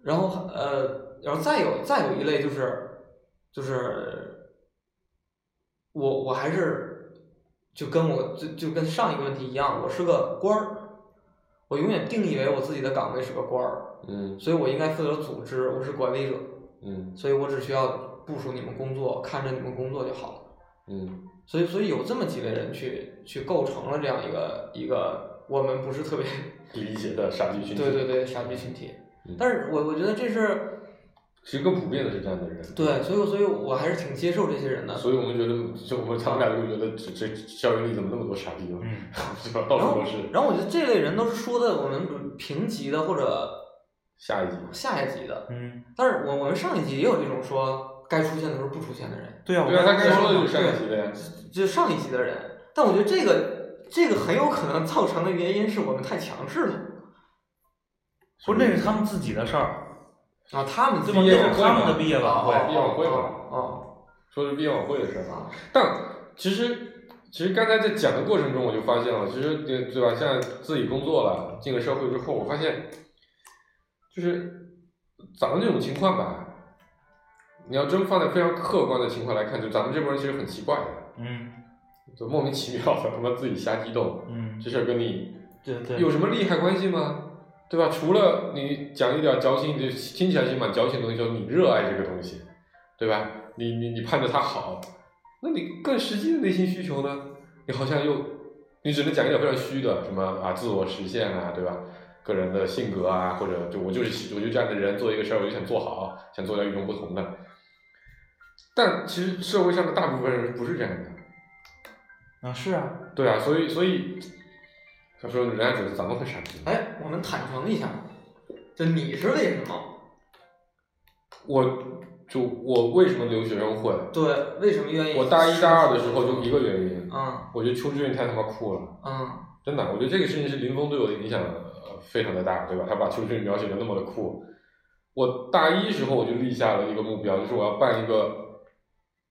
[SPEAKER 2] 然后呃，然后再有再有一类就是就是我我还是就跟我就就跟上一个问题一样，我是个官儿，我永远定义为我自己的岗位是个官儿，
[SPEAKER 4] 嗯
[SPEAKER 2] 所以我应该负责组织，我是管理者，
[SPEAKER 4] 嗯
[SPEAKER 2] 所以我只需要部署你们工作，看着你们工作就好了。
[SPEAKER 4] 嗯
[SPEAKER 2] 所以，所以有这么几类人去去构成了这样一个一个我们不是特别
[SPEAKER 4] 理解的傻逼群体，
[SPEAKER 2] 对对，对傻逼群体
[SPEAKER 4] 嗯，
[SPEAKER 2] 但是我我觉得这是
[SPEAKER 4] 其实更普遍的是这样的人，
[SPEAKER 2] 对，所以我所以我还是挺接受这些人的。
[SPEAKER 4] 所以我们觉得，就我们他们俩就觉得这这校园里怎么那么多傻逼嘛， (laughs)
[SPEAKER 3] 嗯
[SPEAKER 4] 是吧？到处都是。
[SPEAKER 2] 然后我觉得这类人都是说的我们平级的或者
[SPEAKER 4] 下一集，
[SPEAKER 2] 下一级的，
[SPEAKER 3] 嗯
[SPEAKER 2] 但是我我们上一级也有这种说该出现的时候不出现的人，
[SPEAKER 3] 对啊，我
[SPEAKER 4] 对啊，他
[SPEAKER 3] 刚
[SPEAKER 4] 刚
[SPEAKER 3] 才
[SPEAKER 4] 才说的
[SPEAKER 3] 了
[SPEAKER 4] 就是上一集的呀。
[SPEAKER 2] 就是上一级的人。但我觉得这个这个很有可能造成的原因是我们太强势了
[SPEAKER 3] 不是那是他们自己的事儿，
[SPEAKER 2] 啊，他们
[SPEAKER 3] 对
[SPEAKER 2] 自
[SPEAKER 3] 吧？那
[SPEAKER 2] 己
[SPEAKER 4] 毕业
[SPEAKER 3] 是
[SPEAKER 4] 晚会啊
[SPEAKER 3] 他们
[SPEAKER 4] 嘛
[SPEAKER 3] 的毕业晚会，
[SPEAKER 4] 毕业晚会嘛
[SPEAKER 2] 哦
[SPEAKER 4] 说的是毕业晚会的事儿。
[SPEAKER 2] 啊，
[SPEAKER 4] 但其实，其实刚才在讲的过程中，我就发现了，其实对对吧？现在自己工作了，进了社会之后，我发现，就是咱们这种情况吧，你要真放在非常客观的情况来看，就咱们这波人其实很奇怪的，
[SPEAKER 3] 嗯
[SPEAKER 4] 就莫名其妙的他妈自己瞎激动，
[SPEAKER 3] 嗯，
[SPEAKER 4] 这事儿跟你
[SPEAKER 3] 对对，
[SPEAKER 4] 有什么利害关系吗？对吧？除了你讲一点矫情，就听起来是蛮矫情的东西，就是你热爱这个东西，对吧？你你你盼着它好，那你更实际的内心需求呢？你好像又，你只能讲一点非常虚的，什么啊自我实现啊，对吧？个人的性格啊，或者就我就是喜我就这样的人，做一个事儿我就想做好，想做点与众不同的。但其实社会上的大部分人不是这样的，
[SPEAKER 3] 啊是啊，
[SPEAKER 4] 对啊，所以所以他说人家觉得咱们很傻逼。
[SPEAKER 2] 哎，我们坦诚一下，就你是为什么？
[SPEAKER 4] 我就我为什么留学生会？
[SPEAKER 2] 对，为什么愿意？
[SPEAKER 4] 我大一大二的时候就一个原因，
[SPEAKER 2] 嗯
[SPEAKER 4] 我觉得邱志俊太他妈酷了，
[SPEAKER 2] 嗯
[SPEAKER 4] 真的，我觉得这个事情是林峰对我的影响呃非常的大，对吧？他把邱志俊描写的那么的酷，我大一时候我就立下了一个目标，就是我要办一个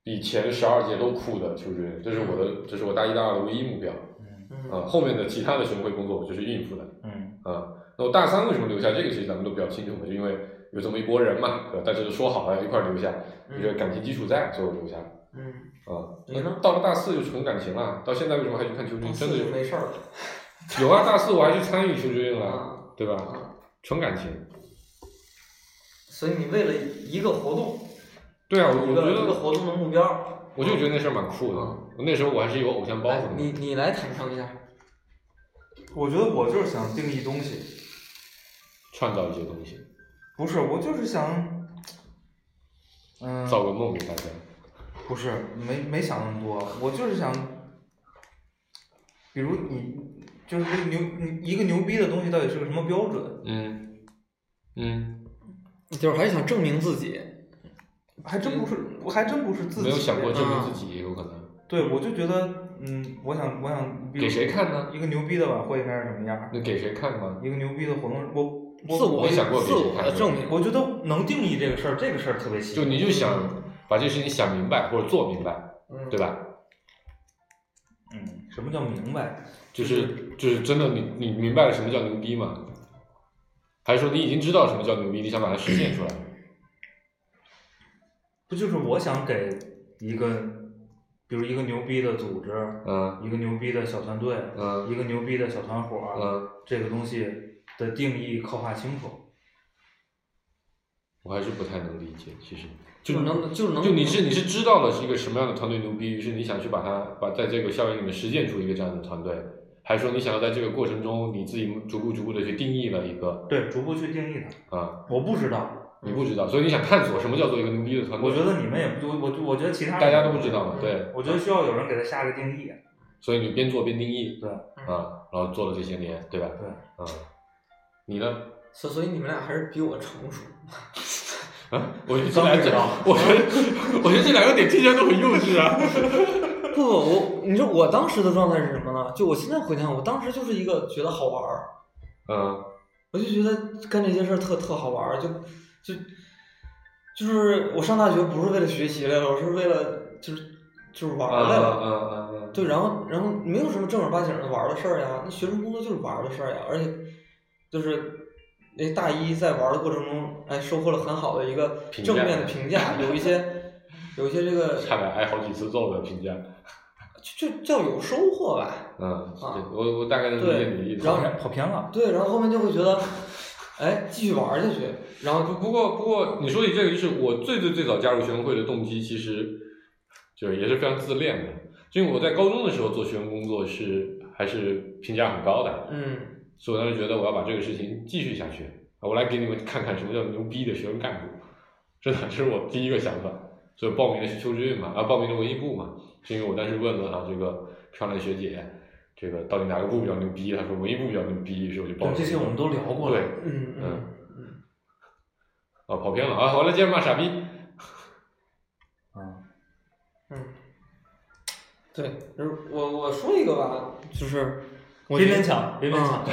[SPEAKER 4] 比前十二届都酷的邱志俊，这是我的，这是我大一大二的唯一目标
[SPEAKER 3] 嗯
[SPEAKER 4] 啊、
[SPEAKER 2] 嗯
[SPEAKER 4] 后面的其他的巡回工作我就是应付的。
[SPEAKER 3] 嗯
[SPEAKER 4] 啊、那我大三为什么留下？这个其实咱们都比较清楚嘛，就因为有这么一拨人嘛，对吧？大家都说好了要一块儿留下，
[SPEAKER 2] 嗯
[SPEAKER 4] 有这个感情基础在，所以我留下。
[SPEAKER 2] 嗯，
[SPEAKER 4] 啊、
[SPEAKER 2] 你呢
[SPEAKER 4] 到了大四就纯感情了，到现在为什么还去看邱志
[SPEAKER 2] 大
[SPEAKER 4] 俊？
[SPEAKER 2] 四
[SPEAKER 4] 真的
[SPEAKER 2] 就没
[SPEAKER 4] 有
[SPEAKER 2] 事儿了
[SPEAKER 4] 有啊，大四我还去参与邱志俊了，
[SPEAKER 2] 啊。
[SPEAKER 4] 对吧？
[SPEAKER 2] 啊
[SPEAKER 4] 纯感情。
[SPEAKER 2] 所以你为了一个活动，
[SPEAKER 4] 对啊，我
[SPEAKER 2] 一
[SPEAKER 4] 我
[SPEAKER 2] 个
[SPEAKER 4] 觉
[SPEAKER 2] 一个
[SPEAKER 4] 得
[SPEAKER 2] 活动的目标，
[SPEAKER 4] 我就觉得那事儿蛮酷的。
[SPEAKER 2] 嗯
[SPEAKER 4] 我那时候我还是有偶像包
[SPEAKER 2] 来
[SPEAKER 4] 袱的嘛。
[SPEAKER 2] 哎你你来坦诚一下。
[SPEAKER 3] 我觉得我就是想定义东西，
[SPEAKER 4] 创造一些东西，
[SPEAKER 3] 不是，我就是想，嗯，
[SPEAKER 4] 造个梦给大家。
[SPEAKER 3] 不是，没没想那么多，我就是想，比如你就是这个牛你一个牛逼的东西到底是个什么标准？
[SPEAKER 4] 嗯嗯，
[SPEAKER 2] 就是还是想证明自己，
[SPEAKER 3] 还真不是，我还真不是自己
[SPEAKER 4] 嗯没有想过
[SPEAKER 2] 这
[SPEAKER 4] 证明自己也有可能。
[SPEAKER 3] 对，我就觉得，嗯，我想我想比如
[SPEAKER 4] 给谁看呢？
[SPEAKER 3] 一个牛逼的晚会应该是什么样儿？
[SPEAKER 4] 那给谁看呢？
[SPEAKER 3] 一个牛逼的活动，我我
[SPEAKER 2] 自我
[SPEAKER 4] 没想过
[SPEAKER 2] 自
[SPEAKER 4] 给谁
[SPEAKER 2] 我
[SPEAKER 4] 看
[SPEAKER 2] 证明。
[SPEAKER 3] 我觉得能定义这个事儿，这个事儿特别奇
[SPEAKER 4] 就
[SPEAKER 3] 怪。
[SPEAKER 4] 你就想把这事情想明白或者做明白，
[SPEAKER 2] 嗯
[SPEAKER 4] 对？吧？
[SPEAKER 3] 嗯，什么叫明白？
[SPEAKER 4] 就是就是真的你你明白了什么叫牛逼吗？还是说你已经知道什么叫牛逼，你想把它实现
[SPEAKER 3] (coughs)
[SPEAKER 4] 出来？
[SPEAKER 3] 不就是我想给一个，比如一个牛逼的组织，
[SPEAKER 4] 嗯
[SPEAKER 3] 一个牛逼的小团队，
[SPEAKER 4] 嗯
[SPEAKER 3] 一个牛逼的小团伙儿，
[SPEAKER 4] 嗯，
[SPEAKER 3] 这个东西的定义刻画清楚。
[SPEAKER 4] 我还是不太能理解，其实
[SPEAKER 2] 就是能就是能
[SPEAKER 4] 就你是你是知道了是一个什么样的团队牛逼，于是你想去把它把在这个校园里面实践出一个这样的团队，还是说你想要在这个过程中你自己逐步逐步的去定义了一个
[SPEAKER 3] 对，逐步去定义它。
[SPEAKER 4] 啊、
[SPEAKER 3] 我不知道，
[SPEAKER 4] 你不知道，所以你想探索什么叫做一个牛逼的团队，
[SPEAKER 3] 我觉得你们也不，我我我觉得其他
[SPEAKER 4] 嗯大家
[SPEAKER 3] 人
[SPEAKER 4] 都不知道嘛，对，
[SPEAKER 3] 我觉得需要有人给它下个定义。
[SPEAKER 4] 所以你边做边定义，
[SPEAKER 3] 对
[SPEAKER 4] 啊，然后做了这些年，对吧？
[SPEAKER 3] 对，
[SPEAKER 4] 嗯，你呢？
[SPEAKER 2] 所所以你们俩还是比我成熟。
[SPEAKER 4] 啊，我觉得这
[SPEAKER 3] 刚
[SPEAKER 4] 两
[SPEAKER 3] 知
[SPEAKER 4] 者
[SPEAKER 3] 道，
[SPEAKER 4] 我觉得我觉得这两个点听起来都很幼
[SPEAKER 2] (laughs)
[SPEAKER 4] 稚啊。
[SPEAKER 2] (laughs) 不不，我你说我当时的状态是什么呢？就我现在回想，我当时就是一个觉得好玩儿，
[SPEAKER 4] 嗯
[SPEAKER 2] 我就觉得干这些事儿特特好玩儿，就就就是我上大学不是为了学习来了，我是为了就是就是玩
[SPEAKER 4] 嗯
[SPEAKER 2] 儿来了。
[SPEAKER 4] 嗯嗯嗯，
[SPEAKER 2] 对，然后然后没有什么正儿八经的玩儿的事儿呀，那学生工作就是玩儿的事儿呀，而且就是那大一在玩儿的过程中，哎，收获了很好的一个
[SPEAKER 4] 评
[SPEAKER 2] 正
[SPEAKER 4] 价
[SPEAKER 2] 面的评价，有一些有一些这个
[SPEAKER 4] 差点嗯挨好几次揍的评价。
[SPEAKER 2] 就就叫有收获吧，
[SPEAKER 4] 嗯，
[SPEAKER 2] 啊
[SPEAKER 4] 对我我大概能理解
[SPEAKER 2] 对
[SPEAKER 4] 你的意思。啊
[SPEAKER 2] 然后
[SPEAKER 3] 跑偏了。
[SPEAKER 2] 对，然后后面就会觉得，哎，继续玩儿下去，然后
[SPEAKER 4] 不不过不过，你说起这个，就是我最最最早加入学生会的动机，其实就是也是非常自恋的，因为我在高中的时候做学生工作是还是评价很高的，
[SPEAKER 2] 嗯
[SPEAKER 4] 所以我当时觉得我要把这个事情继续下去，啊我来给你们看看什么叫牛逼的学生干部，真的，这是我第一个想法。所以报名的是邱志运嘛，啊，报名的文艺部嘛，是因为我当时问了啊这个漂亮学姐，这个到底哪个部比较牛逼？她说文艺部比较牛逼，于是我就报
[SPEAKER 3] 对，
[SPEAKER 4] 了。
[SPEAKER 3] 这些我们都聊过了。
[SPEAKER 4] 对，
[SPEAKER 2] 嗯
[SPEAKER 4] 嗯
[SPEAKER 2] 嗯嗯，
[SPEAKER 4] 啊，跑偏了啊，好了，接着骂傻逼。
[SPEAKER 3] 嗯
[SPEAKER 2] 嗯，对，就是我我说一个吧，就是我
[SPEAKER 3] 别
[SPEAKER 2] 觉得
[SPEAKER 3] 勉强，别勉强。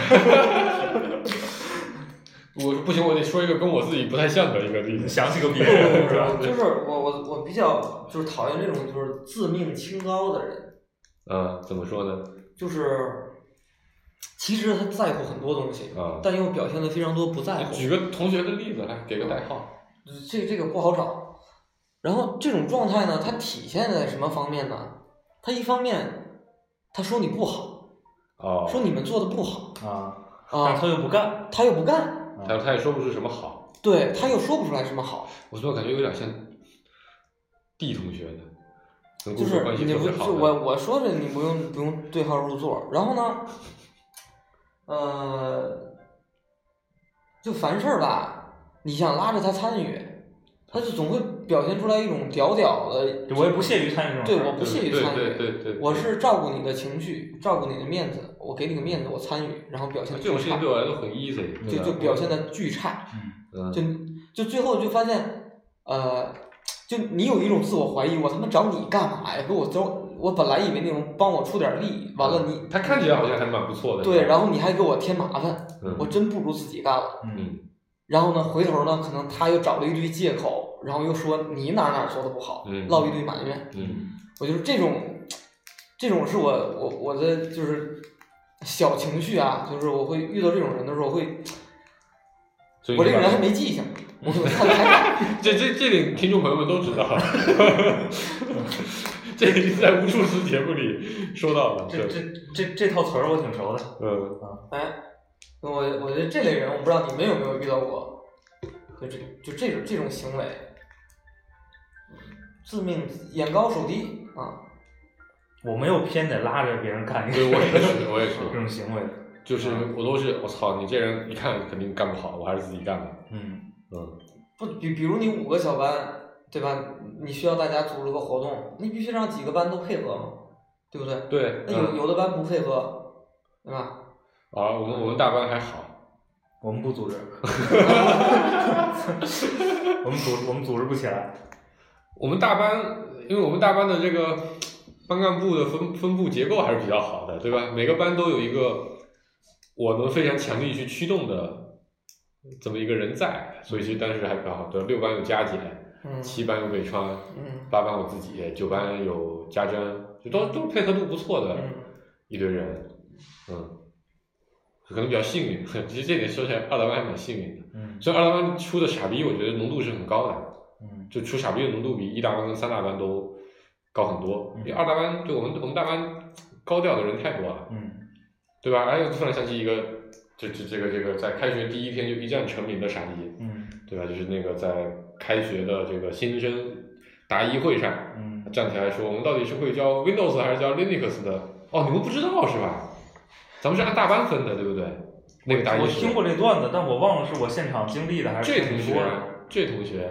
[SPEAKER 4] 我不行，我得说一个跟我自己不太像的一个例子。
[SPEAKER 3] 想起个别
[SPEAKER 2] 不不
[SPEAKER 3] 人
[SPEAKER 2] 不
[SPEAKER 3] 是吧？
[SPEAKER 2] 不，就是我我我比较就是讨厌这种就是自命清高的人，
[SPEAKER 4] (laughs) 啊，怎么说呢？
[SPEAKER 2] 就是其实他在乎很多东西，
[SPEAKER 4] 啊，
[SPEAKER 2] 但又表现的非常多不在乎。
[SPEAKER 4] 举个同学的例子来，给个代号。
[SPEAKER 2] 这这个不好找。然后这种状态呢，它体现在什么方面呢？他一方面他说你不好，
[SPEAKER 4] 哦
[SPEAKER 2] 说你们做的不好
[SPEAKER 4] 嗯
[SPEAKER 3] 啊，但
[SPEAKER 2] 啊，
[SPEAKER 3] 他又不干，
[SPEAKER 2] 他又不干，
[SPEAKER 4] 啊他他也说不出什么好，
[SPEAKER 2] 对他又说不出来什么好，
[SPEAKER 4] 我怎么感觉有点像 D 同学呢？跟
[SPEAKER 2] 就
[SPEAKER 4] 故事
[SPEAKER 2] 是
[SPEAKER 4] 关系
[SPEAKER 2] 你
[SPEAKER 4] 特
[SPEAKER 2] 不
[SPEAKER 4] 别
[SPEAKER 2] 是
[SPEAKER 4] 好的。
[SPEAKER 2] 我我说的你不用不用对号入座。然后呢，呃，就凡事吧，你想拉着他参与，他就总会表现出来一种屌屌的，
[SPEAKER 3] 嗯我也不屑于参与这种事
[SPEAKER 2] 对
[SPEAKER 3] 儿
[SPEAKER 2] 我不屑于
[SPEAKER 4] 对
[SPEAKER 2] 参与
[SPEAKER 4] 对对对对，
[SPEAKER 2] 我是照顾你的情绪，照顾你的面子，我给你个面子，我参与，然后表现
[SPEAKER 4] 这
[SPEAKER 2] 得
[SPEAKER 4] 种
[SPEAKER 2] 巨
[SPEAKER 4] 事情
[SPEAKER 2] 差
[SPEAKER 4] 啊对我来说很 easy，
[SPEAKER 2] 就
[SPEAKER 4] 对
[SPEAKER 2] 就
[SPEAKER 4] 吧
[SPEAKER 2] 表现的巨差，
[SPEAKER 3] 嗯，
[SPEAKER 4] 呃嗯
[SPEAKER 2] 就就最后就发现，呃，就你有一种自我怀疑，我他妈找你干嘛呀？给我招，我本来以为那种帮我出点力，完了你
[SPEAKER 4] 他看起来好像还蛮不错的。嗯
[SPEAKER 2] 对，然
[SPEAKER 4] 后
[SPEAKER 2] 后你还给我添麻烦，我真不如自己干了。
[SPEAKER 3] 嗯
[SPEAKER 2] 然后呢，回头呢，可能他又找了一堆借口，然后又说你哪儿哪儿做的不好，
[SPEAKER 4] 嗯
[SPEAKER 2] 唠一堆埋怨。
[SPEAKER 4] 嗯
[SPEAKER 2] 我就是这种，这种是我我我的就是小情绪啊，就是我会遇到这种人的时候会，
[SPEAKER 4] 所以
[SPEAKER 2] 我这
[SPEAKER 4] 你
[SPEAKER 2] 个人
[SPEAKER 4] 把
[SPEAKER 2] 还没记性，我我看来
[SPEAKER 4] 这这这点听众朋友们都知
[SPEAKER 2] (laughs)
[SPEAKER 4] 道， (laughs) 这个是在无数次节目里说到的。
[SPEAKER 3] 这
[SPEAKER 4] 对，
[SPEAKER 3] 这这这套词儿我挺熟的，
[SPEAKER 4] 嗯，
[SPEAKER 2] 哎，我我觉得这类人，我不知道你们有没有遇到过，就这就这种这种行为，自命眼高手低啊，
[SPEAKER 3] 我没有偏得拉着别人干一
[SPEAKER 4] 对，
[SPEAKER 3] 个
[SPEAKER 2] (laughs)
[SPEAKER 4] 我也是，我也是，
[SPEAKER 2] 嗯
[SPEAKER 3] 这种行为，
[SPEAKER 4] 就是我都是我操，你这人一看肯定干不好，我还是自己干吧。
[SPEAKER 3] 嗯
[SPEAKER 4] 嗯，
[SPEAKER 2] 不比比如你五个小班，对吧？你需要大家组织个活动，你必须让几个班都配合嘛，对不对？
[SPEAKER 4] 对，
[SPEAKER 2] 那有
[SPEAKER 4] 嗯
[SPEAKER 2] 有的班不配合，对吧？
[SPEAKER 4] 啊，我们我们大班还好，
[SPEAKER 3] 我们不组
[SPEAKER 4] (laughs)
[SPEAKER 3] 织，我们组我们组织不起来，
[SPEAKER 4] 我们大班，因为我们大班的这个班干部的分分布结构还是比较好的，对吧？每个班都有一个我能非常强力去驱动的这么一个人在，所以其实当时还比较好。对，六班有佳姐，
[SPEAKER 2] 嗯
[SPEAKER 4] 七班有北川，
[SPEAKER 2] 嗯
[SPEAKER 4] 八班我自己，九班有家珍，就都都配合度不错的
[SPEAKER 2] 嗯
[SPEAKER 4] 一堆人，嗯，可能比较幸运。 (laughs) 其实这点说起来，二大班还蛮幸运的。
[SPEAKER 3] 嗯
[SPEAKER 4] 所以二大班出的傻逼，我觉得浓度是很高的，
[SPEAKER 3] 嗯
[SPEAKER 4] 就出傻逼的浓度比一大班跟三大班都高很多。
[SPEAKER 3] 嗯
[SPEAKER 4] 因为二大班就我们我们大班高调的人太多了，
[SPEAKER 3] 嗯
[SPEAKER 4] 对吧？哎，我突然想起一个，这这这个这个在开学第一天就一战成名的傻逼，
[SPEAKER 3] 嗯
[SPEAKER 4] 对吧？就是那个在开学的这个新生答疑会上。
[SPEAKER 3] 嗯，
[SPEAKER 4] 站起来说：“我们到底是会教 Windows 还是教 Linux 的？”哦，你们不知道是吧？咱们是按大班分的，对不对？那个答疑
[SPEAKER 3] 我
[SPEAKER 4] 是
[SPEAKER 3] 听过这段子，但我忘了是我现场经历的还是
[SPEAKER 4] 这
[SPEAKER 3] 听
[SPEAKER 4] 同
[SPEAKER 3] 你
[SPEAKER 4] 学
[SPEAKER 3] 说的。，
[SPEAKER 4] 这同学，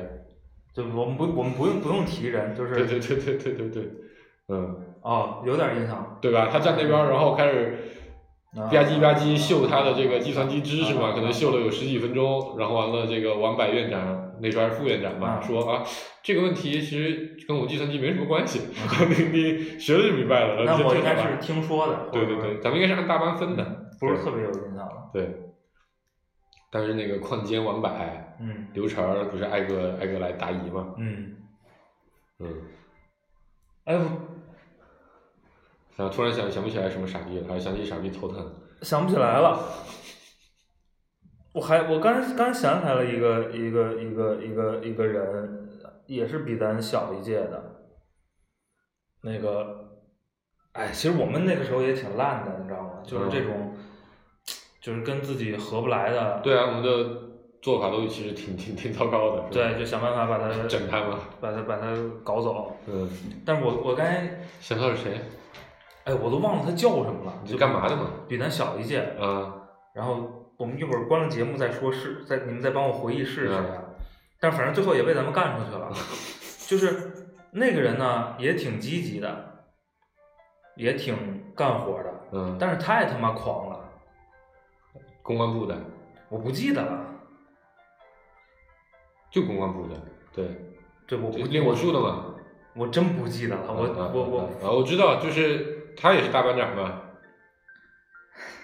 [SPEAKER 3] 对，我们不，我们不用不用提人，就
[SPEAKER 4] 对
[SPEAKER 3] 是
[SPEAKER 4] 对对对对对对，嗯，
[SPEAKER 3] 哦，有点印象。
[SPEAKER 4] 对吧？他站那边儿，然后开始
[SPEAKER 3] 啊
[SPEAKER 4] 吧唧吧唧秀他的这个计算机知识嘛，
[SPEAKER 3] 啊
[SPEAKER 4] 可能秀了有十几分钟，然后完了这个王柏院长那边儿副院长嘛
[SPEAKER 3] 啊
[SPEAKER 4] 说啊，这个问题其实跟我计算机没什么关系， (laughs) 你你学了就明白了，然后
[SPEAKER 3] 啊那
[SPEAKER 4] 就
[SPEAKER 3] 我
[SPEAKER 4] 正
[SPEAKER 3] 应
[SPEAKER 4] 常
[SPEAKER 3] 该
[SPEAKER 4] 吧
[SPEAKER 3] 是嗯听说的。
[SPEAKER 4] 对对对，咱们应该是按大班分的。
[SPEAKER 3] 不是特别有印象了。
[SPEAKER 4] 对，但是那个矿监王柏、
[SPEAKER 3] 嗯
[SPEAKER 4] 刘晨儿不是挨个挨个来答疑嘛？
[SPEAKER 3] 嗯，
[SPEAKER 4] 嗯，
[SPEAKER 3] 哎，我
[SPEAKER 4] 然后突然想想不起来什么傻逼了，还是想起傻逼头疼。
[SPEAKER 3] 想不起来了。我还我刚才刚才想起来了一个一个一个一个一个人，也是比咱小一届的，那个，哎，其实我们那个时候也挺烂的，你知道吗？就是这种，就是跟自己合不来的，
[SPEAKER 4] 嗯对啊，我们的做法都其实挺挺挺糟糕的，
[SPEAKER 3] 对，
[SPEAKER 4] 是
[SPEAKER 3] 就想办法把
[SPEAKER 4] 吧？
[SPEAKER 3] 他
[SPEAKER 4] 整他嘛。
[SPEAKER 3] 把他把他搞走。
[SPEAKER 4] 嗯，
[SPEAKER 3] 但是我我刚才
[SPEAKER 4] 想到是谁？
[SPEAKER 3] 哎，我都忘了他叫什么了，
[SPEAKER 4] 你
[SPEAKER 3] 就是
[SPEAKER 4] 干嘛的嘛？
[SPEAKER 3] 比咱小一届，
[SPEAKER 4] 啊，
[SPEAKER 3] 然后我们一会儿关了节目再说是，再你们再帮我回忆是谁
[SPEAKER 4] 嗯
[SPEAKER 3] 啊？但反正最后也被咱们干出去
[SPEAKER 4] (laughs)
[SPEAKER 3] 了。就是那个人呢，也挺积极的，也挺干活的，
[SPEAKER 4] 嗯，
[SPEAKER 3] 但是太他妈狂了，
[SPEAKER 4] 公关部的，
[SPEAKER 3] 我不记得了。
[SPEAKER 4] 就公关部的，对，
[SPEAKER 3] 对，我不
[SPEAKER 4] 就练武术的嘛。
[SPEAKER 3] 我真不记得了，我
[SPEAKER 4] 啊
[SPEAKER 3] 我我
[SPEAKER 4] 啊，我知道，就是他也是大班长嘛，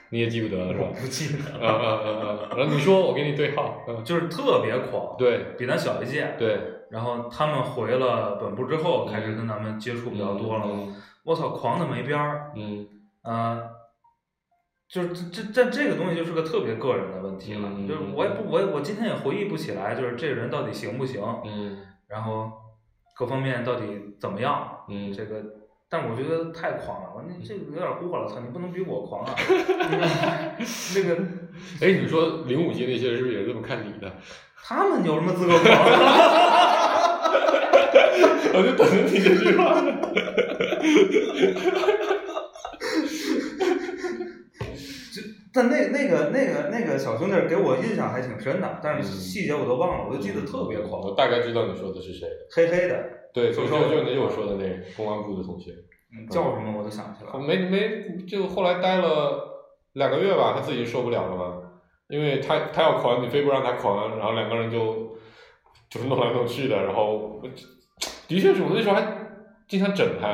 [SPEAKER 4] 你也记不得了是 (laughs) 吧
[SPEAKER 3] 我？不记得
[SPEAKER 4] 啊
[SPEAKER 3] 了，
[SPEAKER 4] 啊啊啊！然后你说，我给你对号。嗯，
[SPEAKER 3] 就是特别狂，，
[SPEAKER 4] 对
[SPEAKER 3] 比咱小一届，
[SPEAKER 4] 对，
[SPEAKER 3] 然后他们回了本部之后，开始跟咱们接触比较多了。我操，狂的没边儿，
[SPEAKER 4] 嗯
[SPEAKER 3] 呃，就是这这这这个东西就是个特别个人的问题了，
[SPEAKER 4] 嗯
[SPEAKER 3] 就是我也不我也我今天也回忆不起来，就是这个人到底行不行，
[SPEAKER 4] 嗯
[SPEAKER 3] 然后各方面到底怎么样，
[SPEAKER 4] 嗯，
[SPEAKER 3] 这个，但我觉得太狂了，我那这个有点过了，操，你不能比我狂
[SPEAKER 4] (laughs)
[SPEAKER 3] 啊，那个
[SPEAKER 4] 哎，你说零五届那些人是不是也这么看你的？ (laughs)
[SPEAKER 3] 他们有什么资格狂？啊
[SPEAKER 4] 我就等着你这句话呢。
[SPEAKER 3] (laughs) 但那那个那个那个小兄弟儿给我印象还挺深的，但
[SPEAKER 4] 嗯
[SPEAKER 3] 是细节我都忘了，我就记得特别狂，
[SPEAKER 4] 我大概知道你说的是谁。
[SPEAKER 3] 黑黑的，
[SPEAKER 4] 对，
[SPEAKER 3] 就
[SPEAKER 4] 就是就
[SPEAKER 3] 说
[SPEAKER 4] 就你我说的那个公安部的同学，
[SPEAKER 3] 嗯叫什么我都想不起来
[SPEAKER 4] 我
[SPEAKER 3] 了。
[SPEAKER 4] 没没就后来待了两个月吧，他自己受不了了嘛，因为他他要狂，你非不让他狂，然后两个人就就是弄来弄去的，然后我的确是我那时候还经常整他，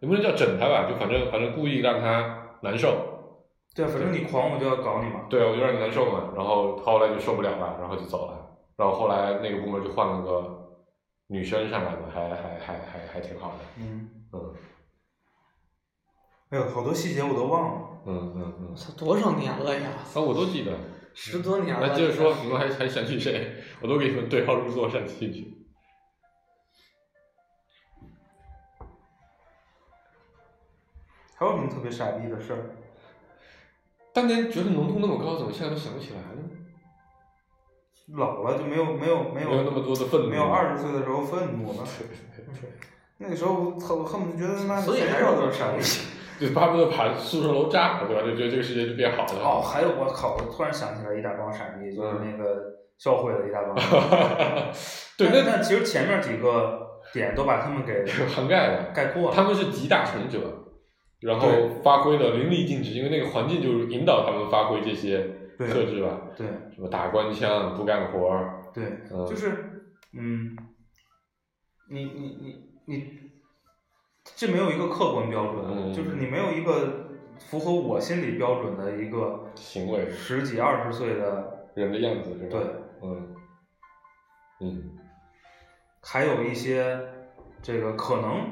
[SPEAKER 4] 也不能叫整他吧，就反正反正故意让他难受。
[SPEAKER 3] 对，啊反正你狂我就要搞你嘛。
[SPEAKER 4] 对，啊我就让你难受嘛，然后后来就受不了了，然后就走了，然后后来那个部门就换了个女生上来嘛，还还还还还挺好的，
[SPEAKER 3] 嗯，
[SPEAKER 4] 嗯
[SPEAKER 3] 哎呦，好多细节我都忘了。
[SPEAKER 4] 嗯嗯嗯，
[SPEAKER 2] 操，多少年了呀？
[SPEAKER 4] 啊，我都记得。
[SPEAKER 2] 十多年了。
[SPEAKER 4] 嗯那接着说，你们还还想起谁？我都给你们对号入座，想起去。
[SPEAKER 3] 还有什么特别傻逼的事儿？
[SPEAKER 4] 当年觉得浓度那么高，怎么现在都想不起来呢？
[SPEAKER 3] 老了就没有没有没有
[SPEAKER 4] 没有那么多的愤怒，
[SPEAKER 3] 没有二十岁的时候愤怒
[SPEAKER 4] (laughs)
[SPEAKER 3] 了。那个时候我操，我恨不得觉得他妈
[SPEAKER 2] 所以还是
[SPEAKER 3] 有
[SPEAKER 2] 有
[SPEAKER 3] 点
[SPEAKER 2] 点
[SPEAKER 3] 傻
[SPEAKER 2] 傻
[SPEAKER 3] 逼
[SPEAKER 2] 逼。 (laughs)
[SPEAKER 4] 就巴不得把宿舍楼炸了，对吧？就觉得这个世界就变好
[SPEAKER 3] 哦，
[SPEAKER 4] 了。
[SPEAKER 3] 还有我靠，我突然想起来一大帮傻逼，就是那个校会的一大帮傻逼。
[SPEAKER 4] 嗯 (laughs) 对，
[SPEAKER 3] 但
[SPEAKER 4] 那
[SPEAKER 3] 但其实前面几个点都把他
[SPEAKER 4] (laughs)
[SPEAKER 3] 们给
[SPEAKER 4] 涵盖了。
[SPEAKER 3] 概括了。
[SPEAKER 4] 他们是集大成者，然后
[SPEAKER 3] 对
[SPEAKER 4] 发挥的淋漓尽致，因为那个环境就是引导他们发挥这些
[SPEAKER 3] 对
[SPEAKER 4] 特质吧，
[SPEAKER 3] 对
[SPEAKER 4] 什么打官腔、不干活儿，
[SPEAKER 3] 对，
[SPEAKER 4] 嗯，
[SPEAKER 3] 就是嗯，你你你你，这没有一个客观标准，
[SPEAKER 4] 嗯
[SPEAKER 3] 就是你没有一个符合我心理标准的一个
[SPEAKER 4] 行为
[SPEAKER 3] 十几二十岁的，
[SPEAKER 4] 人的样子是吧？
[SPEAKER 3] 对，
[SPEAKER 4] 嗯嗯
[SPEAKER 3] 还有一些这个可能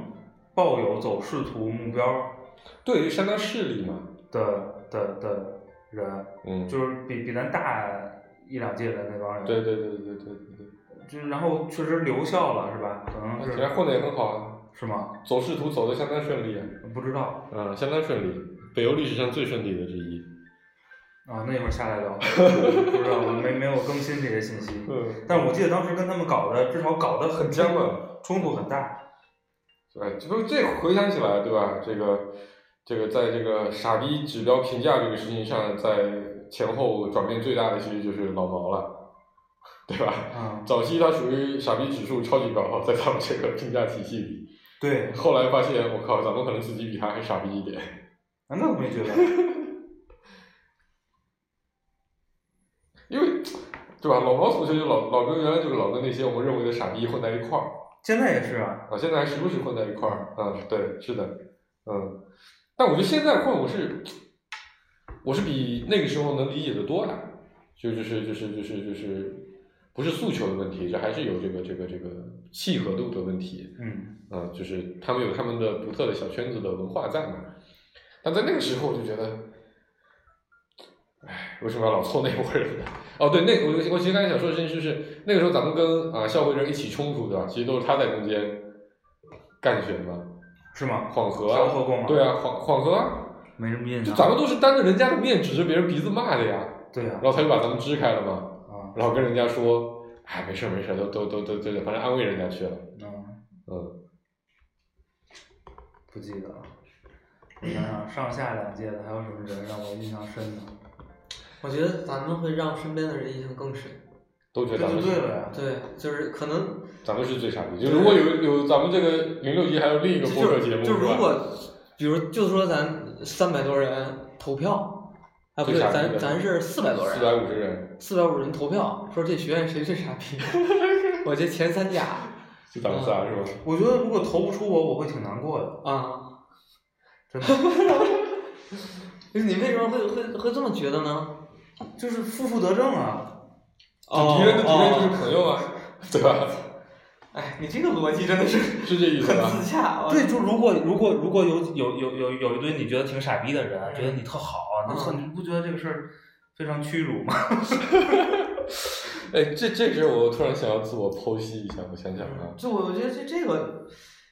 [SPEAKER 3] 抱有走仕途目标
[SPEAKER 4] 对，就相当势力嘛，
[SPEAKER 3] 的的的人，
[SPEAKER 4] 嗯，
[SPEAKER 3] 就是比比咱大一两届的那帮人，
[SPEAKER 4] 对对对对对对对
[SPEAKER 3] 就是然后确实留校了是吧？可能
[SPEAKER 4] 对，其实
[SPEAKER 3] 是
[SPEAKER 4] 混的也很好啊，
[SPEAKER 3] 是吗？
[SPEAKER 4] 走仕途走的相当顺利啊，
[SPEAKER 3] 不知道
[SPEAKER 4] 嗯，相当顺利，北邮历史上最顺利的之一，
[SPEAKER 3] 啊，那一会儿下来聊，不知道我没没有更新这些信息，
[SPEAKER 4] 嗯，
[SPEAKER 3] 但是我记得当时跟他们搞的，至少搞得很
[SPEAKER 4] 僵嘛，
[SPEAKER 3] 冲突很大。
[SPEAKER 4] 对，就是哎这回想起来，对吧？这个这个在这个傻逼指标评价这个事情上，在前后转变最大的其实就是老毛了，对吧？
[SPEAKER 3] 嗯，
[SPEAKER 4] 早期他属于傻逼指数超级高，在他们这个评价体系里，
[SPEAKER 3] 对，
[SPEAKER 4] 后来发现我靠，咱们可能自己比他还傻逼一点。
[SPEAKER 3] 啊，那我没觉得，
[SPEAKER 4] 因为对吧？老毛同学就老老跟原来就是老跟那些我们认为的傻逼混在一块儿
[SPEAKER 3] 现在也是啊，
[SPEAKER 4] 啊，现在还时不时混在一块儿，嗯，对，是的，嗯，但我觉得现在混我是我是比那个时候能理解的多的，就就是就是就是就是不是诉求的问题，这还是有这个这个这个契合度的问题，
[SPEAKER 3] 嗯，
[SPEAKER 4] 嗯，就是他们有他们的独特的小圈子的文化在嘛。但在那个时候，我就觉得，哎，为什么要老凑那波人呢？哦，对，那我我其实刚才想说的事情就是，那个时候咱们跟啊校会人一起冲突，对吧？其实都是他在中间干选嘛，
[SPEAKER 3] 是吗？
[SPEAKER 4] 缓和
[SPEAKER 3] 相互
[SPEAKER 4] 啊，
[SPEAKER 3] 共嘛，
[SPEAKER 4] 对，啊，缓缓和啊，
[SPEAKER 3] 没什么印
[SPEAKER 4] 就
[SPEAKER 3] 象。
[SPEAKER 4] 咱们都是当着人家的面指着别人鼻子骂的呀，
[SPEAKER 3] 对啊
[SPEAKER 4] 然，后他就把咱们支开了嘛，
[SPEAKER 3] 啊，
[SPEAKER 4] 然后跟人家说，哎，没事儿没事儿，都都都都都，反正安慰人家去了，
[SPEAKER 3] 嗯，
[SPEAKER 4] 嗯
[SPEAKER 3] 不记得了。我想想，上下两届的还有什么人让我印象深的？
[SPEAKER 2] 我觉得咱们会让身边的人印象更深。
[SPEAKER 4] 都觉
[SPEAKER 3] 这
[SPEAKER 4] 得咱
[SPEAKER 3] 就
[SPEAKER 4] 们
[SPEAKER 3] 对
[SPEAKER 4] 是
[SPEAKER 3] 了呀。
[SPEAKER 2] 对，就是可能
[SPEAKER 4] 咱们是最傻逼。就如果有有咱们这个零六级还有另一个
[SPEAKER 2] 就
[SPEAKER 4] 播客节目，
[SPEAKER 2] 就是
[SPEAKER 4] 吧
[SPEAKER 2] 如果，比如就说咱三百多人投票，啊不
[SPEAKER 4] 最
[SPEAKER 2] 对，
[SPEAKER 4] 傻逼
[SPEAKER 2] 咱
[SPEAKER 4] 的
[SPEAKER 2] 咱是四百多
[SPEAKER 4] 四百
[SPEAKER 2] 人，
[SPEAKER 4] 五十人， (laughs)
[SPEAKER 2] 四百五人投票，说这学院谁最傻逼？我这前三甲，
[SPEAKER 4] 就咱们仨是吧？ (laughs)
[SPEAKER 3] 我觉得如果投不出我，我会挺难过的，
[SPEAKER 2] 啊，
[SPEAKER 3] 真的。
[SPEAKER 2] 就是哎你为什么会会会这么觉得呢？
[SPEAKER 3] 就是负负得正
[SPEAKER 4] (laughs)
[SPEAKER 3] 啊，
[SPEAKER 4] 就敌人的敌人就是
[SPEAKER 2] 哦
[SPEAKER 4] 朋友啊，对吧？
[SPEAKER 2] 哎，你这个逻辑真的是
[SPEAKER 4] (laughs) 是这意思
[SPEAKER 2] 很
[SPEAKER 4] 吧？
[SPEAKER 2] 自洽。
[SPEAKER 3] 对，就如果如果如果有有有有有一堆你觉得挺傻逼的人，
[SPEAKER 2] 嗯
[SPEAKER 3] 觉得你特好，你特
[SPEAKER 2] 嗯
[SPEAKER 3] 你不觉得这个事儿非常屈辱吗？ (laughs)
[SPEAKER 4] 哎，这这事儿我突然想要自我剖析一下，我想想啊，
[SPEAKER 2] 就我我觉得这这个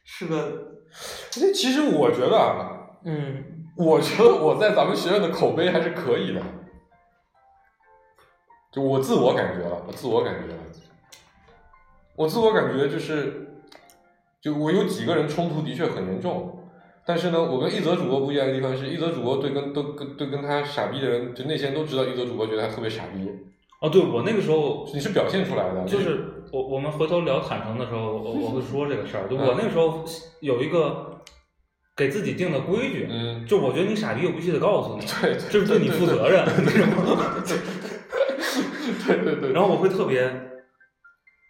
[SPEAKER 2] 是个
[SPEAKER 4] 这其实我觉得啊，
[SPEAKER 2] 嗯
[SPEAKER 4] (laughs) 我觉得我在咱们学院的口碑还是可以的，就我自我感觉了，我自我感觉了，啊我自我感觉就是，就我有几个人冲突的确很严重，但是呢，我跟一则主播不一样的地方是，一则主播对跟都跟对跟他傻逼的人，就那些人都知道一则主播觉得他特别傻逼，
[SPEAKER 3] 哦，对我那个时候
[SPEAKER 4] 你是表现出来的，
[SPEAKER 3] 就是我我们回头聊坦诚的时候，我 (laughs) 我会说这个事儿。就我
[SPEAKER 4] 嗯
[SPEAKER 3] 那个时候有一个给自己定的规矩，
[SPEAKER 4] 嗯，
[SPEAKER 3] 就我觉得你傻逼，我必须得告诉你，
[SPEAKER 4] 对，对
[SPEAKER 3] 这是对你负责任那种。
[SPEAKER 4] 对对对，
[SPEAKER 3] 然后我会特别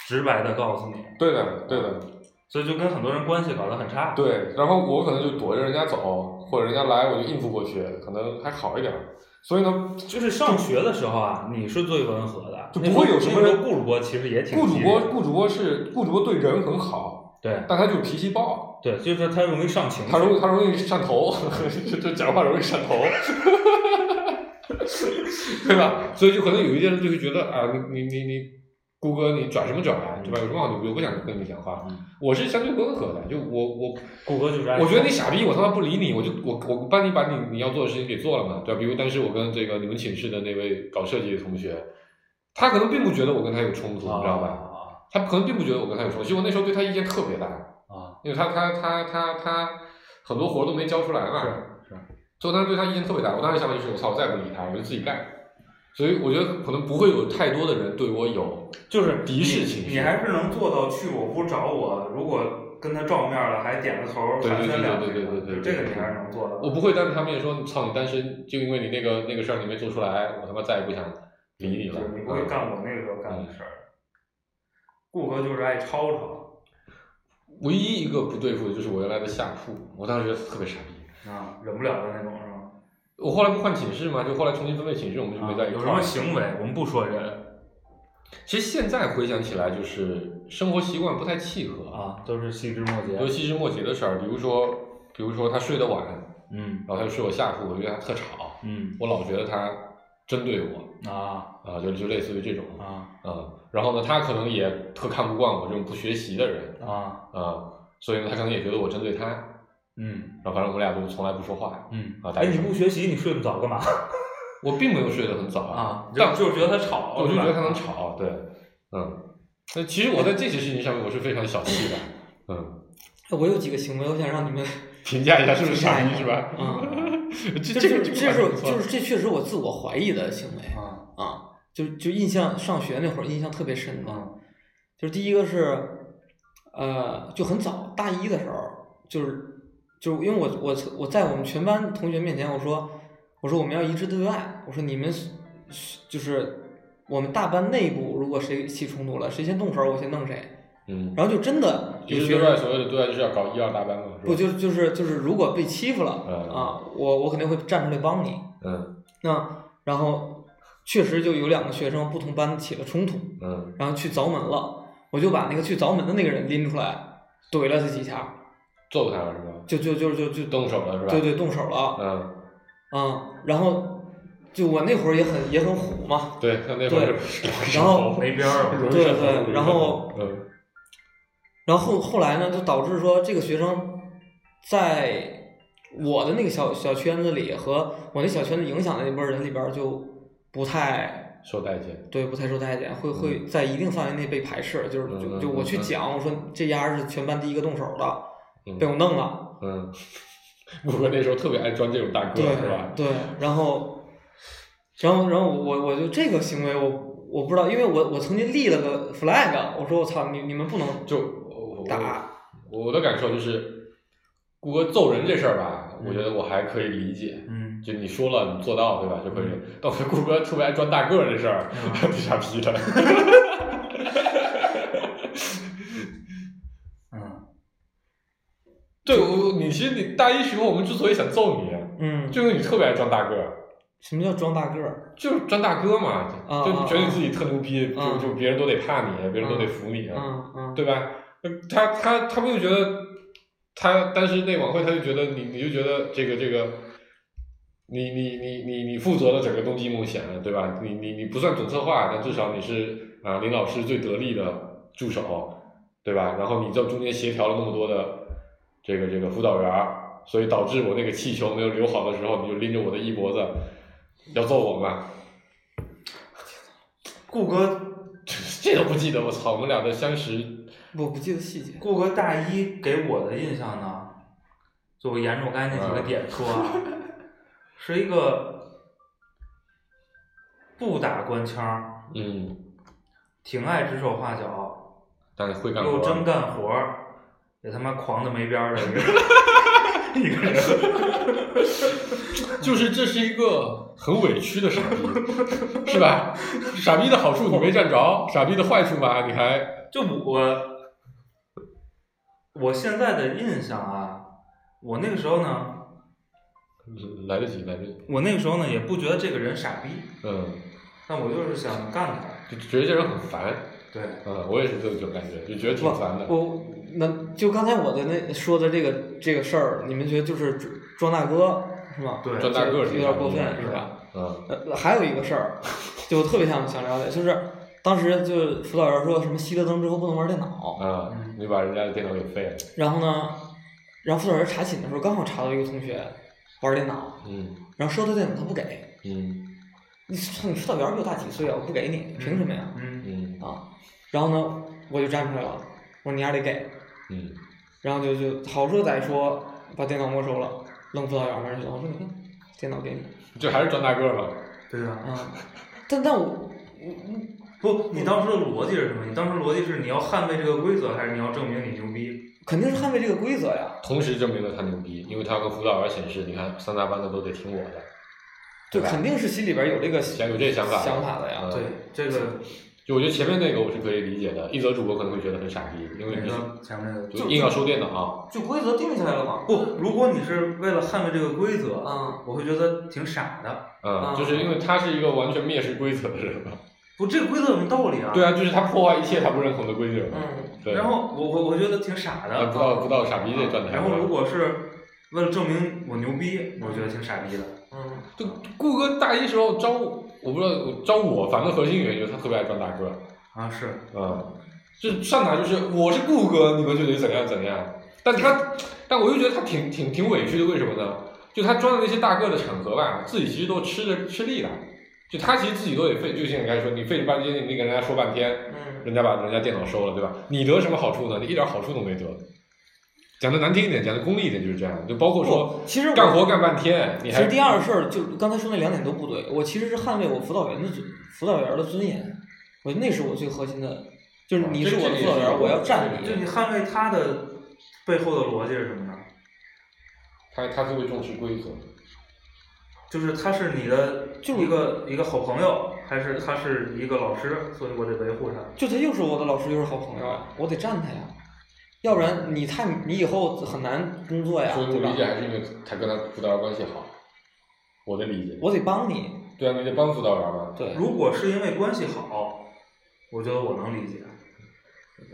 [SPEAKER 3] 直白的告诉你，
[SPEAKER 4] 对的对的，
[SPEAKER 3] 所以就跟很多人关系搞得很差。
[SPEAKER 4] 对，然后我可能就躲着人家走，或者人家来我就应付过去，可能还好一点。所以呢，
[SPEAKER 3] 就是上学的时候啊，你是最温和的，
[SPEAKER 4] 就不会有什么
[SPEAKER 3] 那
[SPEAKER 4] 人
[SPEAKER 3] 时候顾主播其实也挺
[SPEAKER 4] 顾主
[SPEAKER 3] 激烈
[SPEAKER 4] 播顾主播是顾主播对人很好，
[SPEAKER 3] 对
[SPEAKER 4] 但他就脾气暴，
[SPEAKER 3] 对，就是他容易上情绪
[SPEAKER 4] 他。容易他容易上头， (laughs) 就就讲话容易上头， (laughs) 对吧？所以就可能有一些人就会觉得啊，你你你你。顾哥，你转什么转啊？对吧？有什么好？我不想跟你讲话。我是相对温和的，就我我
[SPEAKER 3] 顾哥嗯就是爱
[SPEAKER 4] 我觉得
[SPEAKER 3] 说
[SPEAKER 4] 你傻逼，我他妈不理你，我就我我帮你把你你要做的事情给做了嘛，对吧？比如当时我跟这个你们寝室的那位搞设计的同学，他可能并不觉得我跟他有冲突，
[SPEAKER 3] 啊
[SPEAKER 4] 你知道吧？他可能并不觉得我跟他有冲突，其实我那时候对他意见特别大，
[SPEAKER 3] 啊啊
[SPEAKER 4] 因为他他他他他很多活都没交出
[SPEAKER 3] 啊
[SPEAKER 4] 来嘛，
[SPEAKER 3] 是是
[SPEAKER 4] 所以我当时对他意见特别大。我当时想法就是，我操，我再也不理他，我就自己干。所以我觉得可能不会有太多的人对我有，
[SPEAKER 3] 就是
[SPEAKER 4] 敌视情绪
[SPEAKER 3] 你你还是能做到去我屋找我，如果跟他照面了还点个头儿
[SPEAKER 4] 对
[SPEAKER 3] 寒
[SPEAKER 4] 对
[SPEAKER 3] 暄两句，
[SPEAKER 4] 对对对对对对
[SPEAKER 3] 这个你还是能做到的。
[SPEAKER 4] 我不会当着他面说，操你当时就因为你那个那个事儿你没做出来，我他妈再也不想理你
[SPEAKER 3] 就
[SPEAKER 4] 了。
[SPEAKER 3] 是你不会
[SPEAKER 4] 嗯
[SPEAKER 3] 干我那个时候干的事儿。顾哥就是爱吵吵
[SPEAKER 4] 唯一一个不对付的就是我原来的下铺，我当时觉得特别傻逼。
[SPEAKER 3] 啊，忍不了的那种是吗？
[SPEAKER 4] 我后来不换寝室嘛，就后来重新分配寝室，我们就没在一
[SPEAKER 3] 啊有
[SPEAKER 4] 块
[SPEAKER 3] 什
[SPEAKER 4] 儿。
[SPEAKER 3] 么行为我们不说人
[SPEAKER 4] 其实现在回想起来，就是生活习惯不太契合，
[SPEAKER 3] 啊，都是细枝末
[SPEAKER 4] 尤
[SPEAKER 3] 节。
[SPEAKER 4] 其是末节的事儿，比如说，比如说他睡得晚，
[SPEAKER 3] 嗯
[SPEAKER 4] 然后他就睡我下铺，我觉得他特吵，
[SPEAKER 3] 嗯
[SPEAKER 4] 我老觉得他针对我
[SPEAKER 3] 啊
[SPEAKER 4] 啊、就就类似于这种啊、
[SPEAKER 3] 啊
[SPEAKER 4] 然后呢，他可能也特看不惯我这种不学习的人
[SPEAKER 3] 啊
[SPEAKER 4] 啊、所以呢，他可能也觉得我针对他，
[SPEAKER 3] 嗯
[SPEAKER 4] 然后反正我们俩都从来不说话。
[SPEAKER 3] 嗯
[SPEAKER 4] 啊大
[SPEAKER 3] 哎，
[SPEAKER 4] 家
[SPEAKER 3] 你不学习，你睡那么早干嘛
[SPEAKER 4] 我并没有睡得很早
[SPEAKER 3] 啊？(laughs)
[SPEAKER 4] 但
[SPEAKER 3] 就就是觉得他吵，
[SPEAKER 4] 我就是
[SPEAKER 3] 吧
[SPEAKER 4] 觉得他能。吵，对，嗯。那其实我在这些事情上面我是非常小气的，嗯。 (laughs)
[SPEAKER 2] 我有几个行为，我想让你们，
[SPEAKER 4] 评价一下是不是傻逼是吧？ (laughs)
[SPEAKER 2] 嗯，
[SPEAKER 4] 这
[SPEAKER 2] 这
[SPEAKER 4] 这
[SPEAKER 2] 是
[SPEAKER 4] 个
[SPEAKER 2] 这
[SPEAKER 4] 个
[SPEAKER 2] 是
[SPEAKER 4] 不错
[SPEAKER 2] 就是这确实我自我怀疑的行为
[SPEAKER 3] 啊
[SPEAKER 2] 啊，就就印象上学那会儿印象特别深
[SPEAKER 4] (laughs)
[SPEAKER 2] 的，
[SPEAKER 3] 嗯
[SPEAKER 2] 就是第一个是，呃，就很早大一的时候，就是就是因为我我我在我们全班同学面前我说我说我们要一致对外，我说你们是就是我们大班内部如果谁起冲突了，谁先动手我先弄谁，
[SPEAKER 4] 嗯。
[SPEAKER 2] 然后就真的有
[SPEAKER 4] 就是
[SPEAKER 2] 学
[SPEAKER 4] 对外
[SPEAKER 2] 生。
[SPEAKER 4] 所谓的对外就是要搞一二大班嘛，是
[SPEAKER 2] 不
[SPEAKER 4] 吧？
[SPEAKER 2] 就就是就是，如果被欺负了、
[SPEAKER 4] 嗯
[SPEAKER 2] 啊，我我肯定会站出来帮你。
[SPEAKER 4] 嗯
[SPEAKER 2] 那然后确实就有两个学生不同班起了冲突，
[SPEAKER 4] 嗯
[SPEAKER 2] 然后去凿门了，我就把那个去凿门的那个人拎出来，怼了他几下，
[SPEAKER 4] 揍他了是吧？
[SPEAKER 2] 就就就就就
[SPEAKER 4] 动手了是吧？
[SPEAKER 2] 对对动手了，
[SPEAKER 4] 嗯，
[SPEAKER 2] 嗯，然后就我那会儿也很也很虎嘛，
[SPEAKER 4] 对，像那会儿是，
[SPEAKER 2] 然后
[SPEAKER 3] 没边儿
[SPEAKER 4] (laughs)
[SPEAKER 3] 了。
[SPEAKER 2] 对对，然后
[SPEAKER 4] 嗯
[SPEAKER 2] 然后后后来呢，就导致说这个学生在我的那个小小圈子里和我那小圈子影响的那波人里边儿就不太
[SPEAKER 4] 受待见，
[SPEAKER 2] 对，不太受待见，会会在一定范围内被排斥。就是
[SPEAKER 4] 嗯
[SPEAKER 2] 就
[SPEAKER 4] 嗯
[SPEAKER 2] 就我去
[SPEAKER 4] 嗯
[SPEAKER 2] 讲，我说这丫是全班第一个动手的，被我
[SPEAKER 4] 嗯
[SPEAKER 2] 弄了。
[SPEAKER 4] 嗯， (laughs) 我哥那时候特别爱装这种大
[SPEAKER 2] 对
[SPEAKER 4] 哥是吧？
[SPEAKER 2] 对，然后，然后然后我我就这个行为我我不知道，因为我我曾经立了个 flag，我说我操你你们不能
[SPEAKER 4] 就我我
[SPEAKER 2] 打，
[SPEAKER 4] 我的感受就是，顾哥揍人这事儿吧，
[SPEAKER 3] 嗯
[SPEAKER 4] 我觉得我还可以理解，
[SPEAKER 3] 嗯，
[SPEAKER 4] 就你说了你做到对吧就可以。
[SPEAKER 2] 嗯
[SPEAKER 4] 但我觉得顾哥特别爱装大个儿这事儿， (laughs)
[SPEAKER 3] 嗯
[SPEAKER 4] 挺傻逼的。
[SPEAKER 3] 嗯
[SPEAKER 4] 对我，你其实你大一时候我们之所以想揍你，
[SPEAKER 2] 嗯，
[SPEAKER 4] 就因为你特别爱装大个儿，
[SPEAKER 2] 什么叫装大个儿？
[SPEAKER 4] 就是装大哥嘛，
[SPEAKER 2] 啊
[SPEAKER 4] 就
[SPEAKER 2] 啊
[SPEAKER 4] 觉得你自己特牛逼，
[SPEAKER 2] 啊
[SPEAKER 4] 就就别人都得怕你，别人都得服你，啊
[SPEAKER 2] 嗯嗯，
[SPEAKER 4] 对吧？呃他他他们就觉得他，但是那晚会他就觉得你，你就觉得这个这个，你你你你你负责了整个冬季梦想，对吧？你你你不算总策划，但至少你是啊林老师最得力的助手，对吧？然后你这中间协调了那么多的这个这个辅导员儿，所以导致我那个气球没有留好的时候，你就拎着我的衣脖子要揍我嘛。 (laughs)
[SPEAKER 2] 顾哥，
[SPEAKER 4] 这都不记得，我操！我们俩的相识，
[SPEAKER 2] 我不记得细节。
[SPEAKER 3] 顾哥大一给我的印象呢，就我沿着我刚才那几个点说
[SPEAKER 4] (laughs)
[SPEAKER 3] 啊，是一个不打官腔，
[SPEAKER 4] 嗯，
[SPEAKER 3] 挺爱指手画脚，
[SPEAKER 4] 但是会干活儿，
[SPEAKER 3] 又真干活儿，也他妈狂的没边儿的一个
[SPEAKER 4] (laughs)
[SPEAKER 3] 一个人。
[SPEAKER 4] 就是这是一个很委屈的傻逼，是吧？傻逼的好处你没占着，傻逼的坏处吧，你还
[SPEAKER 3] 就我，我现在的印象啊，我那个时候呢，
[SPEAKER 4] 来得及，来得及。
[SPEAKER 3] 我那个时候呢也不觉得这个人傻逼，
[SPEAKER 4] 嗯，
[SPEAKER 3] 但我就是想干他。
[SPEAKER 4] 就觉得这人很烦。
[SPEAKER 3] 对，
[SPEAKER 4] 嗯，我也是这种感觉，就觉得挺烦的。
[SPEAKER 2] 我那就刚才我的那说的这个这个事儿，你们觉得就是装大哥是吗？
[SPEAKER 3] 对
[SPEAKER 4] 装大个儿
[SPEAKER 2] 有
[SPEAKER 4] 挺
[SPEAKER 2] 点
[SPEAKER 4] 傻
[SPEAKER 2] 过
[SPEAKER 4] 逼
[SPEAKER 2] 分
[SPEAKER 4] 的
[SPEAKER 2] 是
[SPEAKER 4] 是
[SPEAKER 2] 吧？
[SPEAKER 4] 吧？嗯
[SPEAKER 2] 呃，还有一个事儿，就我特别想想了解，就是当时就是辅导员说什么熄了灯之后不能玩电脑，
[SPEAKER 4] 啊，你把人家的电脑给废了。
[SPEAKER 2] 然后呢，然后辅导员查寝的时候刚好查到一个同学玩电脑，
[SPEAKER 4] 嗯
[SPEAKER 2] 然后收他电脑他不给，
[SPEAKER 4] 嗯
[SPEAKER 2] 你操你辅导员比我大几岁啊，我不给你，凭什么呀？
[SPEAKER 3] 嗯，
[SPEAKER 4] 嗯
[SPEAKER 2] 啊，然后呢，我就站出来了，我说你还得给，
[SPEAKER 4] 嗯
[SPEAKER 2] 然后就就好说歹说把电脑没收了，扔辅导员那儿去了，我说你看电脑给你，
[SPEAKER 4] 就还是装大个儿嘛。
[SPEAKER 3] 对啊。
[SPEAKER 2] 啊，但但我我
[SPEAKER 3] 不，你当时的逻辑是什么？你当时逻辑是你要捍卫这个规则，还是你要证明你牛逼？
[SPEAKER 2] 肯定是捍卫这个规则呀。
[SPEAKER 4] 同时证明了他牛逼，因为他跟辅导员显示，你看三大班的都得听我的，
[SPEAKER 2] 就
[SPEAKER 4] 对吧
[SPEAKER 2] 肯定是心里边有这个
[SPEAKER 4] 想有这想法
[SPEAKER 2] 想法的呀。
[SPEAKER 4] 嗯
[SPEAKER 3] 对，这个
[SPEAKER 4] 就我觉得前面那个我是可以理解的，一则主播可能会觉得很傻逼，因为
[SPEAKER 3] 你
[SPEAKER 4] 你
[SPEAKER 3] 说前面那个
[SPEAKER 4] 就硬要收电脑，啊
[SPEAKER 2] 就规则定下来了嘛。
[SPEAKER 3] 不，如果你是为了捍卫这个规则，
[SPEAKER 2] 嗯，
[SPEAKER 3] 我会觉得挺傻的。
[SPEAKER 4] 嗯，
[SPEAKER 2] 啊
[SPEAKER 4] 就是因为他是一个完全蔑视规则的人嘛。
[SPEAKER 3] 不，这个规则有什么道理啊？
[SPEAKER 4] 对啊，就是他破坏一切他不认同的规则嘛。
[SPEAKER 2] 嗯
[SPEAKER 4] 对。
[SPEAKER 3] 然后我我我觉得挺傻的。啊
[SPEAKER 4] 啊，不到不到傻逼这状态。
[SPEAKER 3] 然后如果是为了证明我牛逼，我觉得挺傻逼的。
[SPEAKER 2] 嗯，
[SPEAKER 4] 就顾哥大一时候招我，我不知道我招我，反正核心原因就是他特别爱装大哥，
[SPEAKER 3] 啊，是，
[SPEAKER 4] 嗯，就上哪就是我是顾哥，你们就得怎样怎样。但他，但我又觉得他挺挺挺委屈的，为什么呢？就他装的那些大个的场合吧，自己其实都吃着吃力了。就他其实自己都得费，就像你刚才说，你费了半天，你得跟人家说半天，
[SPEAKER 2] 嗯，
[SPEAKER 4] 人家把人家电脑收了，对吧？你得什么好处呢？你一点好处都没得。讲的难听一点，讲的功利一点就是这样，就包括说
[SPEAKER 2] 不其实我
[SPEAKER 4] 干活干半天，你
[SPEAKER 2] 其
[SPEAKER 4] 还
[SPEAKER 2] 实第二事儿就刚才说那两点都不对。我其实是捍卫我辅导员的尊辅导员的尊严，我觉得那是我最核心的，就是你是我的辅导
[SPEAKER 4] 啊这这也
[SPEAKER 2] 员，
[SPEAKER 4] 是
[SPEAKER 2] 我要站
[SPEAKER 4] 对
[SPEAKER 2] 你。
[SPEAKER 3] 就你捍卫他的背后的逻辑是什么呢？
[SPEAKER 4] 他他特别重视规则，
[SPEAKER 3] 就是他是你的
[SPEAKER 2] 就是
[SPEAKER 3] 一个一个好朋友，还是他是一个老师，所以我得维护他。
[SPEAKER 2] 就他又是我的老师，又是好朋友
[SPEAKER 4] 哦
[SPEAKER 2] 啊，我得站他呀，要不然你太你以后很难工作呀，
[SPEAKER 4] 所以我
[SPEAKER 2] 对
[SPEAKER 4] 理解
[SPEAKER 2] 吧？
[SPEAKER 4] 还是因为他跟他辅导员关系好，我的理解。
[SPEAKER 2] 我得帮你，
[SPEAKER 4] 对啊，你得帮辅导员嘛，
[SPEAKER 2] 对，
[SPEAKER 3] 如果是因为关系好，我觉得我能理解，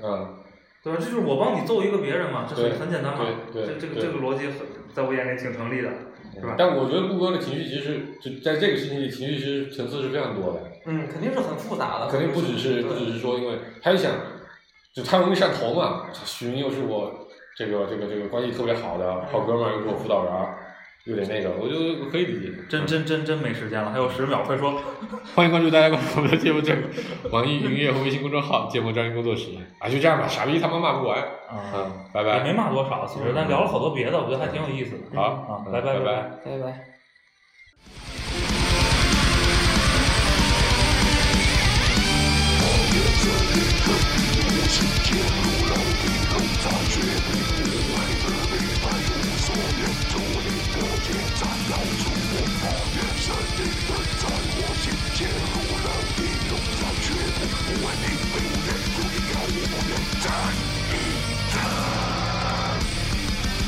[SPEAKER 4] 嗯，
[SPEAKER 3] 对吧？这就是我帮你揍一个别人嘛，这
[SPEAKER 4] 对
[SPEAKER 3] 很很简单嘛，
[SPEAKER 4] 对
[SPEAKER 3] 这
[SPEAKER 4] 对
[SPEAKER 3] 这个
[SPEAKER 4] 对嗯
[SPEAKER 3] 这个逻辑很在我眼里挺成立的。是吧
[SPEAKER 4] 但我觉得顾哥的情绪其实就在这个事情里，情绪其实层次是非常多的。
[SPEAKER 2] 嗯，肯定是很复杂的，
[SPEAKER 4] 肯定不只
[SPEAKER 2] 对
[SPEAKER 4] 是不只是说，因为他就想，就他容易上头嘛。许云又是我这个这个这个关系特别好的好哥们儿，又是我辅导员儿，有点那个，我就我可以理解。
[SPEAKER 3] 真真真真没时间了，还有十秒，快说！
[SPEAKER 4] 欢迎关注大家关注我们的节目这个网易云音乐和微信公众号“芥末章鱼工作室”。啊，就这样吧，傻逼他妈骂不完。
[SPEAKER 3] 啊，
[SPEAKER 4] 嗯，拜
[SPEAKER 3] 也
[SPEAKER 4] 拜
[SPEAKER 3] 没。骂多少，其实，但聊了好多别的，我觉得还挺有意思的。
[SPEAKER 4] 好
[SPEAKER 3] 啊，
[SPEAKER 4] 嗯
[SPEAKER 3] 拜拜
[SPEAKER 4] 拜拜
[SPEAKER 3] 拜。
[SPEAKER 2] 拜拜。
[SPEAKER 5] 我